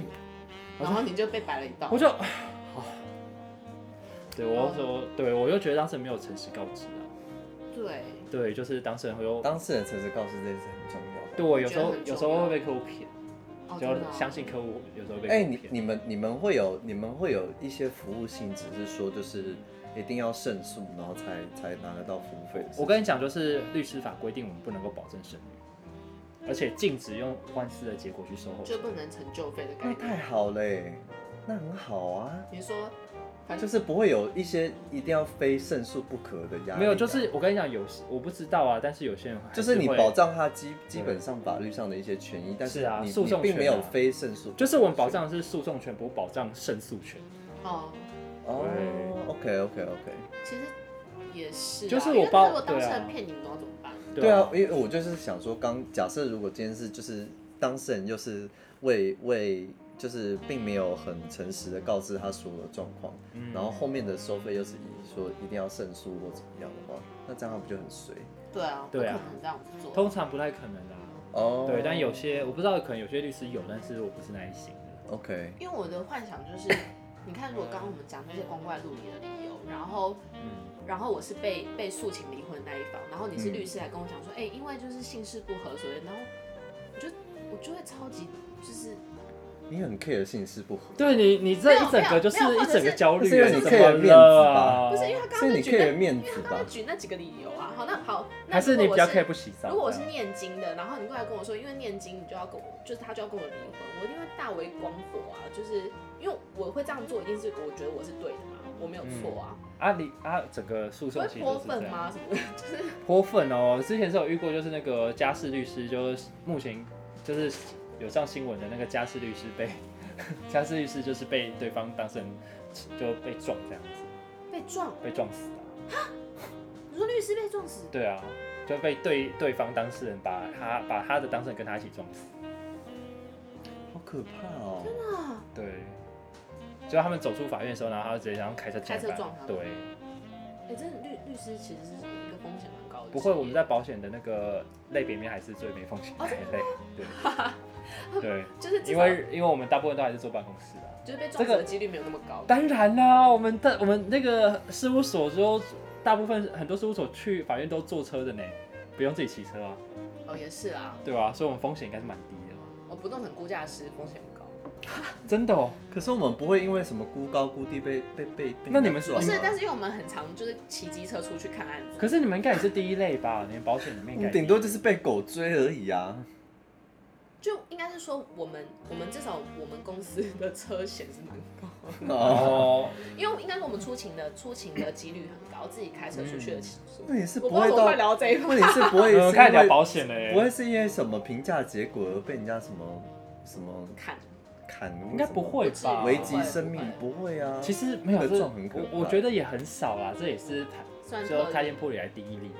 Speaker 3: 我
Speaker 1: 然后
Speaker 3: 说
Speaker 1: 你就被摆了一道
Speaker 3: 我。就，好，对，我就
Speaker 2: 哦
Speaker 3: 说，对我就觉得当事人没有诚实告知啊，
Speaker 1: 对，
Speaker 3: 对，就是当事人会有，
Speaker 2: 当事人诚实告诉这件事很重要。
Speaker 3: 对，有时候
Speaker 1: 我觉得很重要
Speaker 3: 有时候会被客户骗，
Speaker 1: 哦，
Speaker 3: 就
Speaker 1: 真
Speaker 3: 要
Speaker 1: 的哦
Speaker 3: 相信客户，有时候被
Speaker 2: 哎、
Speaker 3: 客户
Speaker 2: 你
Speaker 3: 骗，
Speaker 2: 你们你们会有你们会有一些服务性质是说就是一定要胜诉，然后才才拿得到服务费的事情。
Speaker 3: 我跟你讲，就是律师法规定我们不能够保证胜率，而且禁止用官司的结果去收后
Speaker 1: 就不能成就费的概
Speaker 2: 那
Speaker 1: 念。
Speaker 2: 太好嘞，那很好啊，
Speaker 1: 你说，反
Speaker 2: 就
Speaker 1: 正
Speaker 2: 是不会有一些一定要非胜诉不可的压力。啊
Speaker 3: 没有，就是我跟你讲，有些我不知道啊，但是有些人还
Speaker 2: 就是你
Speaker 3: 会
Speaker 2: 保，障他基基本上法律上的一些权益，但
Speaker 3: 是啊
Speaker 2: 你
Speaker 3: 诉
Speaker 2: 你
Speaker 3: 讼
Speaker 2: 并没有
Speaker 3: 权啊
Speaker 2: 非胜诉不可，
Speaker 3: 就是我们保障的是诉讼权，不保障胜诉权。
Speaker 1: 哦，
Speaker 2: 哦
Speaker 3: 对
Speaker 2: ，OK OK OK，
Speaker 1: 其实也是啊，
Speaker 3: 就是我
Speaker 1: 因为
Speaker 3: 包
Speaker 1: 如果当事
Speaker 3: 对
Speaker 1: 人
Speaker 3: 啊
Speaker 1: 骗你，你要怎么办？
Speaker 2: 对啊，，因为我就是想说刚，假设如果今天是就是当事人又是为为就是并没有很诚实的告知他所有的状况，
Speaker 3: 嗯
Speaker 2: 然后后面的收费又是以说一定要胜诉或怎么样的话，那这样他不就很随
Speaker 1: 对啊，
Speaker 3: 对啊
Speaker 1: 不可能这样子做。
Speaker 3: 通常不太可能啦、
Speaker 2: 哦
Speaker 3: 对，但有些我不知道，可能有些律师有，但是我不是那一型的。
Speaker 2: 哦 OK，
Speaker 1: 因为我的幻想就是，你看，如果刚刚我们讲那些光怪陆离的理由，然后，
Speaker 3: 嗯，
Speaker 1: 然后我是被被诉请离婚的那一方，然后你是
Speaker 2: 嗯
Speaker 1: 律师来跟我讲说，哎、因为就是性事不合，所以，然后我就我就会超级就是
Speaker 2: 你很 care 性事不合，
Speaker 3: 对你，你这一整个就是
Speaker 1: 没有没有
Speaker 3: 一整个焦虑
Speaker 2: 或者
Speaker 3: 啊，
Speaker 2: 是
Speaker 3: 怎
Speaker 2: 是因为你 care 面
Speaker 3: 么
Speaker 2: 子
Speaker 3: 了
Speaker 2: 吧
Speaker 3: 啊？
Speaker 1: 不是因为他刚刚
Speaker 2: 所以
Speaker 1: 就
Speaker 2: 你
Speaker 1: 举那
Speaker 2: care 面子
Speaker 1: 他刚
Speaker 2: 吧
Speaker 1: 刚？举那几个理由啊，好，那好，那
Speaker 3: 还是你
Speaker 1: 如果
Speaker 3: 比较
Speaker 1: 我是
Speaker 3: care 不洗澡？
Speaker 1: 如果我是念经的，然后你过来跟我说，因为念经，你就要跟我，就是他就要跟我离婚，我一定会大为光火啊！就是因为我会这样做，一定是我觉得我是对的嘛，我没有错啊，
Speaker 3: 啊，你啊，整个诉
Speaker 1: 不
Speaker 3: 讼
Speaker 1: 会
Speaker 3: 其实都
Speaker 1: 泼
Speaker 3: 是这
Speaker 1: 粪
Speaker 3: 样。
Speaker 1: 吗？什么的，就是
Speaker 3: 泼粪哦，之前是有遇过，就是那个家事律师，就是目前就是有上新闻的那个家事律师被 家事律师就是被对方当事人就被撞这样子，
Speaker 1: 被撞。
Speaker 3: 被撞死的。啊
Speaker 1: 你说律师被撞死，
Speaker 3: 对啊，就被对对方当事人把他把他的当事人跟他一起撞死。
Speaker 2: 好可怕哦！
Speaker 1: 啊，
Speaker 3: 对，就他们走出法院的时候，然后他就直接然后开车进
Speaker 1: 开
Speaker 3: 来
Speaker 1: 车
Speaker 3: 把
Speaker 1: 撞他
Speaker 3: 对，
Speaker 1: 哎、这律律师其实是一个风险蛮高的职业。
Speaker 3: 不会，我们在保险的那个类别里面还是最没风险
Speaker 1: 哦
Speaker 3: 那一类。 对，对，
Speaker 1: 就是至
Speaker 3: 因
Speaker 1: 少
Speaker 3: 为因为我们大部分都还是坐办公室的。
Speaker 1: 就是被撞
Speaker 3: 这
Speaker 1: 死
Speaker 3: 个
Speaker 1: 的几率没有那么高。
Speaker 3: 当然啦、我们的我们那个事务所都大部分很多事务所去法院都坐车的呢，不用自己骑车啊，
Speaker 1: 哦，也是啊，
Speaker 3: 对吧、所以我们风险应该是蛮低的嘛。
Speaker 1: 我不动产估价师风险高。
Speaker 3: 真的哦，
Speaker 2: 可是我们不会因为什么估高估低被被被。被
Speaker 3: 那你们
Speaker 2: 抓
Speaker 1: 不是
Speaker 2: 吗，
Speaker 1: 但是因为我们很常就是骑机车出去看案子，
Speaker 3: 可是你们应该也是第一类吧？你们保险里面
Speaker 2: 我
Speaker 3: 应该
Speaker 2: 们顶多就是被狗追而已啊。
Speaker 1: 就应该是说我们我们至少我们公司的车险是蛮高的，
Speaker 3: 哦，
Speaker 1: 因为应该是我们出勤的出勤的几率很高，自己开车出去的几率。
Speaker 2: 嗯那也是
Speaker 1: 我
Speaker 2: 不
Speaker 1: 不知道
Speaker 2: 会
Speaker 1: 怎么会
Speaker 2: 到，
Speaker 1: 聊这一块，
Speaker 2: 问题是不会
Speaker 3: 我们
Speaker 2: 是
Speaker 3: 开始
Speaker 2: 因
Speaker 3: 聊
Speaker 2: 为
Speaker 3: 保险了耶，
Speaker 2: 不会是因为什么评价结果而被人家什么什么
Speaker 1: 看
Speaker 2: 砍，
Speaker 3: 应该不会
Speaker 1: 至于
Speaker 3: 吧？
Speaker 2: 危及生
Speaker 1: 不
Speaker 2: 命
Speaker 1: 会，
Speaker 2: 不会啊。
Speaker 3: 其实没有
Speaker 2: 那个
Speaker 3: 这
Speaker 2: 撞很可
Speaker 3: 我我
Speaker 2: 怕
Speaker 3: 觉得也很少啦，这也是台
Speaker 1: 算
Speaker 3: 就
Speaker 1: 特
Speaker 3: 开
Speaker 1: 例
Speaker 3: 店铺里来第一例吧。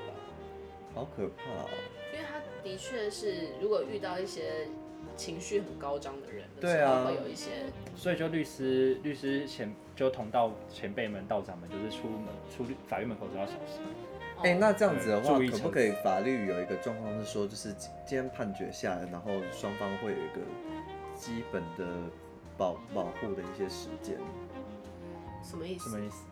Speaker 2: 好可怕哦。
Speaker 1: 因为他的确是如果遇到一些情绪很高涨的人的
Speaker 2: 对
Speaker 1: 时候，
Speaker 2: 啊
Speaker 1: 会有一些
Speaker 3: 所以就律师律师前就同道前辈们道长们就是出门出律法院门口都要小心。
Speaker 1: 哦
Speaker 2: 哎、那这样子的话，
Speaker 3: 注意
Speaker 2: 可不可以法律有一个状况是说，就是今天判决下来，然后双方会有一个基本的保保护的一些时间，
Speaker 1: 什么意
Speaker 3: 什
Speaker 1: 思
Speaker 3: 么？意思？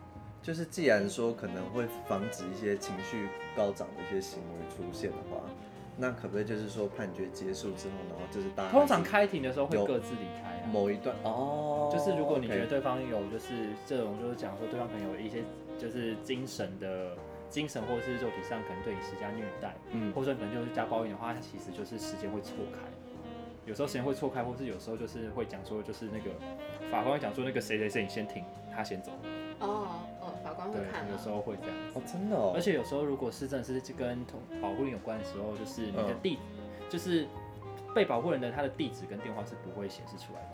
Speaker 2: 就是既然说可能会防止一些情绪高涨的一些行为出现的话，那可不可以就是说判决结束之后，然后就是大家
Speaker 3: 通常
Speaker 2: 还是
Speaker 3: 开庭的时候会
Speaker 2: 有
Speaker 3: 各自离开啊。
Speaker 2: 某一段哦，
Speaker 3: 就是如果你觉得
Speaker 2: OK
Speaker 3: 对方有就是这种，就是讲说对方可能有一些就是精神的精神或者是肉体上可能对你施加虐待，
Speaker 2: 嗯
Speaker 3: 或者说可能就是加抱怨的话，它其实就是时间会错开。有时候时间会错开，或是有时候就是会讲说，就是那个法官会讲说那个谁谁谁你先停，他先走。
Speaker 1: 哦哦，法官会
Speaker 3: 对
Speaker 1: 看，
Speaker 3: 有时
Speaker 1: 啊。
Speaker 3: 候会这样子
Speaker 2: 哦。真的哦
Speaker 3: 而，且有时候如果是真的是跟同保护人有关的时候，就是你的
Speaker 2: 嗯
Speaker 3: 地，就是被保护人的他的地址跟电话是不会显示出来的，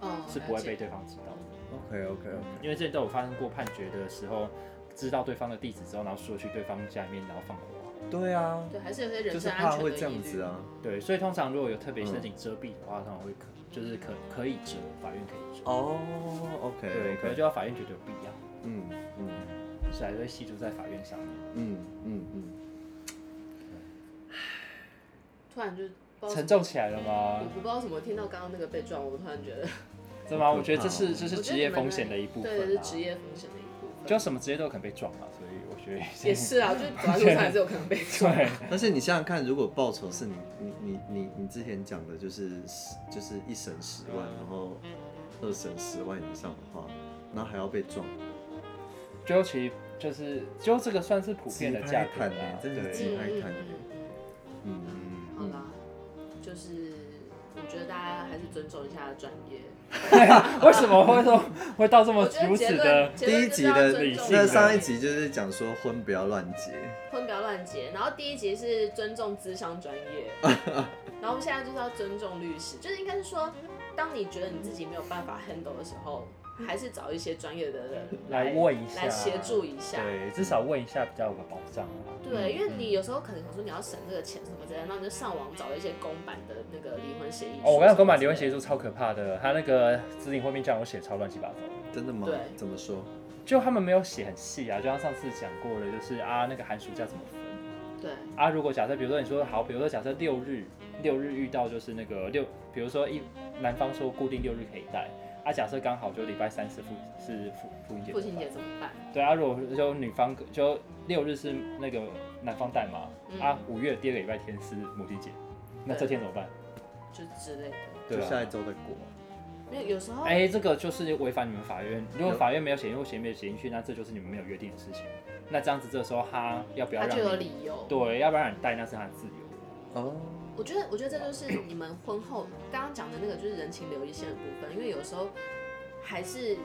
Speaker 1: 嗯，
Speaker 3: 是不会被
Speaker 1: 了解
Speaker 3: 对方知道的。
Speaker 2: OK OK OK，
Speaker 3: 因为之前都有发生过判决的时候，知道对方的地址之后，然后说去对方家里面，然后放火。
Speaker 2: 对啊，
Speaker 1: 对，还是有些人
Speaker 2: 就是
Speaker 1: 身安
Speaker 2: 怕
Speaker 1: 全的
Speaker 2: 会
Speaker 1: 疑
Speaker 2: 这样子
Speaker 1: 虑。
Speaker 2: 啊，
Speaker 3: 对，所以通常如果有特别申请遮蔽的话，通常会可就是可可以遮，法院可以遮。
Speaker 2: 哦 OK
Speaker 3: 对，可能
Speaker 2: OK，
Speaker 3: 就要法院觉得有必要，
Speaker 2: 嗯嗯。
Speaker 3: 所以还是会系住在法院上面。
Speaker 2: 嗯嗯嗯，
Speaker 1: 突然就不知道
Speaker 3: 沉重起来了
Speaker 2: 啊
Speaker 1: 我
Speaker 3: 吗
Speaker 1: 我？不知道什么，听到刚刚那个被撞，我突然觉得，
Speaker 3: 是吗？我觉得这是这
Speaker 1: 我
Speaker 3: 是
Speaker 1: 觉得
Speaker 3: 职业
Speaker 1: 你们
Speaker 3: 风险的一部分、啊。
Speaker 1: 哦对，是职业风险的一部分。
Speaker 3: 就什么职业都有可能被撞嘛，所以我觉得
Speaker 1: 也 是啊，就是走在路上还是有可 能被撞。
Speaker 3: 对，
Speaker 2: 但是你想想看，如果报酬是你你你你你之前讲的，就是十就是一审十万，然后二审十万以上的话，然后还要被撞，
Speaker 3: 就其实就是就这个算是普遍的价格
Speaker 2: 鸡排
Speaker 3: 啦
Speaker 2: 坦，真的是鸡
Speaker 3: 对
Speaker 2: 排，
Speaker 1: 嗯
Speaker 2: 看
Speaker 1: 嗯嗯
Speaker 2: 嗯
Speaker 1: 嗯，好啦，就是我觉得大家还是尊重一下专业。
Speaker 3: 为什么会说会到这么
Speaker 1: 我觉得
Speaker 3: 哦如
Speaker 1: 结
Speaker 3: 此的
Speaker 1: 论，结
Speaker 2: 第一
Speaker 1: 论就是
Speaker 2: 集
Speaker 1: 要
Speaker 2: 的
Speaker 1: 尊
Speaker 3: 理
Speaker 1: 重
Speaker 3: 性
Speaker 2: 那
Speaker 3: 的
Speaker 2: 上一集就是讲说婚不要乱结，
Speaker 1: 婚不要乱结，然后第一集是尊重智商专 业，然后我们现在就是要尊重律师，就是应该是说，当你觉得你自己没有办法 handle 的时候，还是找一些专业的人
Speaker 3: 来问一下，
Speaker 1: 来协助一下。
Speaker 3: 对，至少问一下比较有个保障啊。
Speaker 1: 对，因为你有时候可能想说你要省这个钱什么之类的，那你就上网找一些公版的那个离婚协议书。
Speaker 3: 哦，我刚刚跟买离婚协
Speaker 1: 议。
Speaker 3: 议书超可怕的，他那个指引会面叫我写超乱七八糟的，
Speaker 2: 真的吗
Speaker 1: 对？
Speaker 2: 怎么说？
Speaker 3: 就他们没有写很细啊，就像上次讲过的，就是啊那个寒暑假怎么分
Speaker 1: 对，
Speaker 3: 啊，如果假设比如说你说好，比如说假设六日六日遇到就是那个六，比如说一男方说固定六日可以带，啊假设刚好就礼拜三是父是父父亲节，
Speaker 1: 父亲节怎么办？
Speaker 3: 对啊，如果就女方就六日是那个男方带嘛，
Speaker 1: 嗯
Speaker 3: 啊五月第二个礼拜天是母亲节，那这天怎么办？
Speaker 1: 就之类的。
Speaker 3: 对
Speaker 2: 就下
Speaker 3: 啊
Speaker 2: 一。周再过。
Speaker 1: 因为有时候，
Speaker 3: 哎、这个就是违反你们法院。如果
Speaker 2: 有
Speaker 3: 法院没有写进去，写没有写进去，那这就是你们没有约定的事情。那这样子，这时候他要不要
Speaker 1: 他就有
Speaker 3: 让你？
Speaker 1: 理由。
Speaker 3: 对，要不然你带那是他的自由。
Speaker 2: 哦，
Speaker 1: 我觉得，我觉得这就是你们婚后刚刚讲的那个，就是人情留一线的部分，因为有时候还是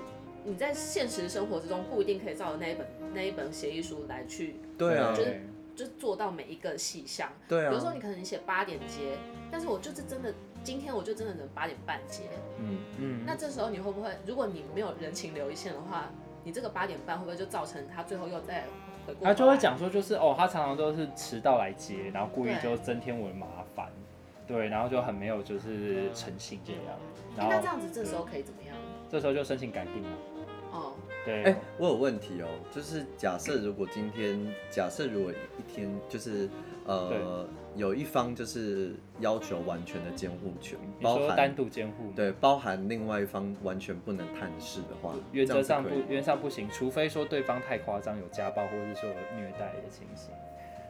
Speaker 1: 你在现实生活之中不一定可以照着那一本那一本协议书来去，
Speaker 2: 对啊
Speaker 1: 就，是就是做到每一个细项。
Speaker 2: 对
Speaker 1: 比如说
Speaker 2: 啊，
Speaker 1: 你可能写八点接，但是我就是真的今天我就真的能八点半接，
Speaker 2: 嗯，
Speaker 3: 嗯，
Speaker 1: 那这时候你会不会，如果你没有人情留一线的话，你这个八点半会不会就造成他最后又在回过头
Speaker 3: 他
Speaker 1: 来
Speaker 3: 就会，讲说，就是哦，他常常都是迟到来接，然后故意
Speaker 1: 对
Speaker 3: 就增添我的麻烦，对，然后就很没有就是诚信这样，
Speaker 1: 嗯哎那
Speaker 3: 然
Speaker 1: 这
Speaker 3: 后
Speaker 1: 样子这时候可以怎么样？
Speaker 3: 这时候就申请改定了，
Speaker 1: 哦，
Speaker 3: 对，
Speaker 2: 哎、我有问题哦，就是假设如果今天，假设如果一天就是呃，有一方就是要求完全的监护权，
Speaker 3: 你
Speaker 2: 包
Speaker 3: 说单
Speaker 2: 含
Speaker 3: 独监护吗，
Speaker 2: 对包含另外一方完全不能探视的话，
Speaker 3: 原
Speaker 2: 这
Speaker 3: 则
Speaker 2: 样子
Speaker 3: 上
Speaker 2: 可
Speaker 3: 不
Speaker 2: 以吗
Speaker 3: 原则上不行，除非说对方太夸张，有家暴或者是说有虐待的情形，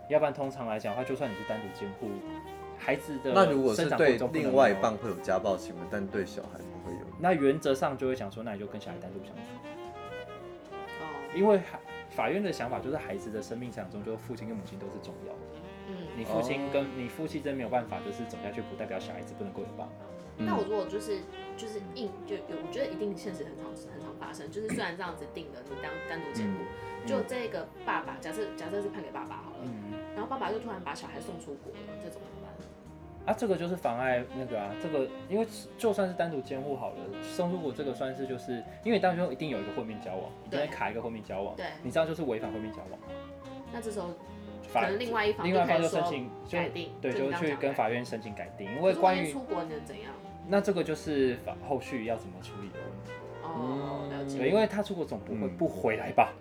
Speaker 3: 要不然通常来讲的话，就算你是单独监护，孩子的
Speaker 2: 那如果是
Speaker 3: 生长过
Speaker 2: 对
Speaker 3: 程中不能
Speaker 2: 另外一
Speaker 3: 有
Speaker 2: 半会有家暴行为，但对小孩不会有，
Speaker 3: 那原则上就会讲说，那你就跟小孩单独相处，
Speaker 1: 哦，
Speaker 3: 因为孩法院的想法就是孩子的生命成长中，就是父亲跟母亲都是重要的。
Speaker 1: 嗯，
Speaker 3: 你父
Speaker 2: 哦
Speaker 3: 亲跟你夫妻真没有办法，就是走下去，不代表小孩子不能够有爸妈。
Speaker 1: 嗯那我如果就是就是硬就有，我觉得一定现实很常很常发生，就是虽然这样子定了，你当单独监护，
Speaker 3: 嗯
Speaker 1: 就这个爸爸，假设假设是判给爸爸好了，
Speaker 3: 嗯，
Speaker 1: 然后爸爸就突然把小孩送出国了，这怎么办？
Speaker 3: 啊，这个就是妨碍那个啊，这个因为就算是单独监护好了，送入国这个算是就是，因为当中一定有一个会面交往，一定会
Speaker 1: 对
Speaker 3: 卡一个会面交往，
Speaker 1: 对
Speaker 3: 你知道就是违反会面交往，
Speaker 1: 那这时候可
Speaker 3: 嗯法
Speaker 1: 能另外一方
Speaker 3: 另外一方
Speaker 1: 就开
Speaker 3: 就
Speaker 1: 始
Speaker 3: 申
Speaker 1: 说
Speaker 3: 请就
Speaker 1: 改定，
Speaker 3: 对，
Speaker 1: 你
Speaker 3: 就
Speaker 1: 刚
Speaker 3: 去
Speaker 1: 讲
Speaker 3: 跟
Speaker 1: 的
Speaker 3: 法院申请改定，因
Speaker 1: 可
Speaker 3: 为
Speaker 1: 是
Speaker 3: 关
Speaker 1: 万一
Speaker 3: 于
Speaker 1: 出国能怎样？
Speaker 3: 那这个就是法后续要怎么处理的问题，
Speaker 1: 哦，了解。
Speaker 3: 对，因为他出国总不会
Speaker 2: 嗯
Speaker 3: 不回来吧，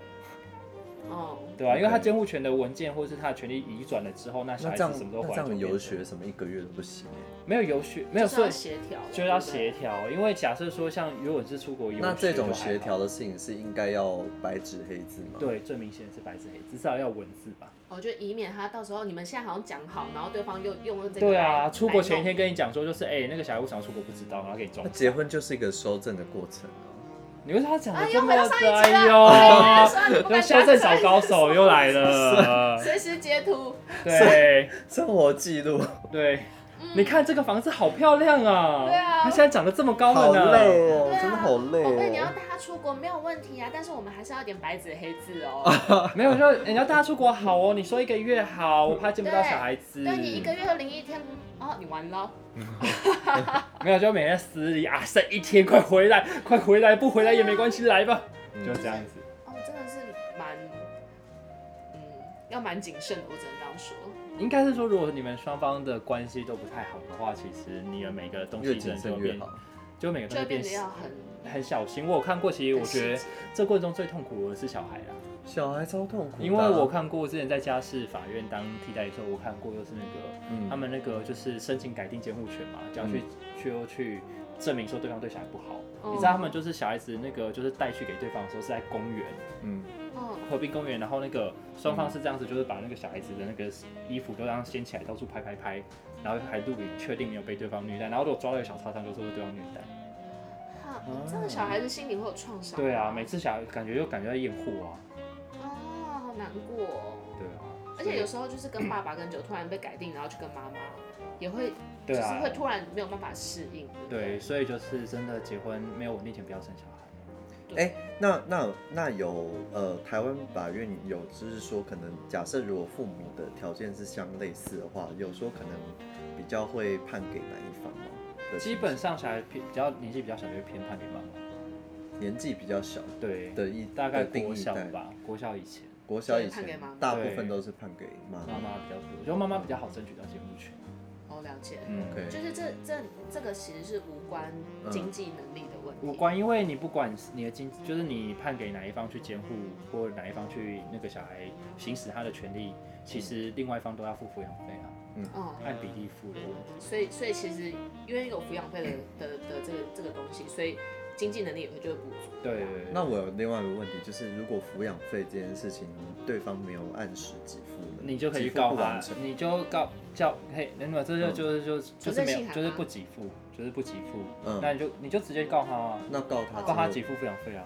Speaker 1: 哦，
Speaker 3: 对吧、因为他
Speaker 2: OK
Speaker 3: 监护权的文件或是他的权利移转了之后，那小
Speaker 2: 那
Speaker 3: 孩
Speaker 2: 这样
Speaker 3: 子什么时候
Speaker 2: 那
Speaker 3: 回
Speaker 2: 这
Speaker 3: 来就
Speaker 2: 样
Speaker 3: 变
Speaker 2: 游
Speaker 3: 成
Speaker 2: 学什么一个月都不行耶
Speaker 3: 没有游学，没有
Speaker 1: 就是
Speaker 3: 所
Speaker 1: 要
Speaker 3: 以
Speaker 1: 协调了，
Speaker 3: 就要
Speaker 1: 对不对
Speaker 3: 协调，因为假设说像如果你是出国游学，
Speaker 2: 欸那这种
Speaker 3: 就还好
Speaker 2: 协调，的事情是应该要白纸黑字吗？，
Speaker 3: 对，最明显的是白纸黑字，至少要文字吧。
Speaker 1: 哦，就以免他到时候你们现在好像讲好，然后对方又用了这个
Speaker 3: 对啊，
Speaker 1: 来
Speaker 3: 出国前一天
Speaker 1: 来弄
Speaker 3: 跟你讲说，就是哎、那个小孩为什么要出国不知道，然后给你装
Speaker 2: 那。结婚就是一个收证的过程 啊。
Speaker 3: 你为什么要讲
Speaker 1: 哎
Speaker 3: 的
Speaker 1: 呦
Speaker 3: 这么
Speaker 1: 回到上一集
Speaker 3: 的？
Speaker 1: 了
Speaker 3: 哎
Speaker 1: 哎呦你不
Speaker 3: 那
Speaker 1: 敢
Speaker 3: 修正找高手又 来了。
Speaker 1: 随时截图，
Speaker 3: 对
Speaker 2: 生活记录，
Speaker 3: 对，你看这个房子好漂亮啊！
Speaker 1: 嗯对啊
Speaker 3: 它现在长得这么高
Speaker 2: 好
Speaker 3: 了呢。
Speaker 2: 累哦
Speaker 1: 对，啊
Speaker 2: 真的好累
Speaker 1: 宝贝，你要
Speaker 2: 哦。
Speaker 1: 带他出国没有问题啊，但是我们还是要点白纸黑字哦。
Speaker 2: 啊
Speaker 3: 没有，就哎你要带他出国好哦。你说一个月好，我怕见不到
Speaker 1: 对
Speaker 3: 小孩子。
Speaker 1: 对你一个月和零一天，哦，你完了，
Speaker 3: 没有，就每天死里啊，剩一天，快回来，快回来，不回来也没关系，来吧，
Speaker 2: 嗯
Speaker 3: 就这样子。
Speaker 1: 哦，真的是蛮，嗯，要蛮谨慎的，我只能这样说。
Speaker 3: 应该是说，如果你们双方的关系都不太好的话，其实你们每个东
Speaker 2: 越
Speaker 3: 西
Speaker 2: 谨
Speaker 3: 真的
Speaker 2: 慎
Speaker 3: 就
Speaker 2: 越
Speaker 3: 变
Speaker 2: 好，。
Speaker 3: 就每个
Speaker 1: 就会
Speaker 3: 东西
Speaker 1: 变
Speaker 3: 变
Speaker 1: 得要很，
Speaker 3: 很小心。我有看过，其实我
Speaker 1: 很细
Speaker 3: 觉得
Speaker 1: 节
Speaker 3: 这过程中最痛苦的是小孩啦，
Speaker 2: 小孩超痛苦的啊，
Speaker 3: 因为我看过之前在家事法院当替代的时候，我看过就是那个
Speaker 2: 嗯
Speaker 3: 他们那个就是申请改定监护权嘛，就要去就去证明说对方对小孩不好。
Speaker 1: 哦
Speaker 3: 你知道他们就是小孩子那个就是带去给对方的时候是在公园。
Speaker 2: 嗯
Speaker 1: 嗯，
Speaker 3: 河滨公园，然后那个双方是这样子，就是把那个小孩子的那个衣服都这样掀起来，到处拍拍拍，然后还录影，确定没有被对方虐待，然后如果抓到有小擦伤，就说是对方虐待。
Speaker 1: 好，嗯这样小孩子心里会有创伤。
Speaker 3: 啊对啊，每次小孩感觉就感觉在验货啊。
Speaker 1: 哦，好难过哦、
Speaker 3: 对啊，
Speaker 1: 而且有时候就是跟爸爸跟酒突然被改定，然后去跟妈妈，也会就
Speaker 3: 对
Speaker 1: 是
Speaker 3: 啊
Speaker 1: 会突然没有办法适应。
Speaker 3: 对，所以就是真的结婚没有稳定前不要生小孩。
Speaker 2: 哎、那那那有呃，台湾法院有就是说，可能假设如果父母的条件是相类似的话，有时候可能比较会判给哪一方吗？的
Speaker 3: 基本上小孩偏比较年纪比较小，就会偏判给妈妈。
Speaker 2: 年纪比较小
Speaker 3: 对，
Speaker 2: 的一
Speaker 3: 大概
Speaker 2: 的定
Speaker 3: 国
Speaker 2: 义
Speaker 3: 小
Speaker 2: 代，
Speaker 3: 吧，国小以前
Speaker 2: 国小以
Speaker 1: 就判给
Speaker 2: 前
Speaker 1: 妈妈
Speaker 2: 大部分都是判给妈
Speaker 3: 妈
Speaker 2: 妈。
Speaker 3: 妈比较多，就妈妈比较好争取到监护权。
Speaker 1: 哦，了解。
Speaker 3: 嗯
Speaker 2: OK，
Speaker 1: 就是这这这个其实是无关经济能力的问题。
Speaker 3: 无。关，因为你不管你的经，就是你判给哪一方去监护，或哪一方去那个小孩行使他的权利，其
Speaker 2: 嗯
Speaker 3: 实另外一方都要付抚养费啊，
Speaker 1: 嗯，
Speaker 3: 按比例付的问题。
Speaker 1: 所以所以其实因为有抚养费的的的这个这个东西，所以经济能力也会就会不足。
Speaker 3: 对，
Speaker 2: 那我有另外一个问题，就是如果抚养费这件事情对方没有按时给付呢，
Speaker 3: 你就可以
Speaker 2: 给付
Speaker 3: 告
Speaker 2: 不
Speaker 3: 他
Speaker 2: 完嗯成，，
Speaker 3: 你就告叫嘿，那么这就就是就就
Speaker 1: 存
Speaker 3: 是
Speaker 1: 在
Speaker 3: 没
Speaker 1: 信
Speaker 3: 有，
Speaker 1: 函
Speaker 3: 就是
Speaker 1: 吗
Speaker 3: 不给付，就是不给付，那
Speaker 2: 嗯，
Speaker 3: 你就你就直接告他啊，
Speaker 2: 那告他之
Speaker 3: 告他
Speaker 2: 后
Speaker 3: 给付抚养费啊。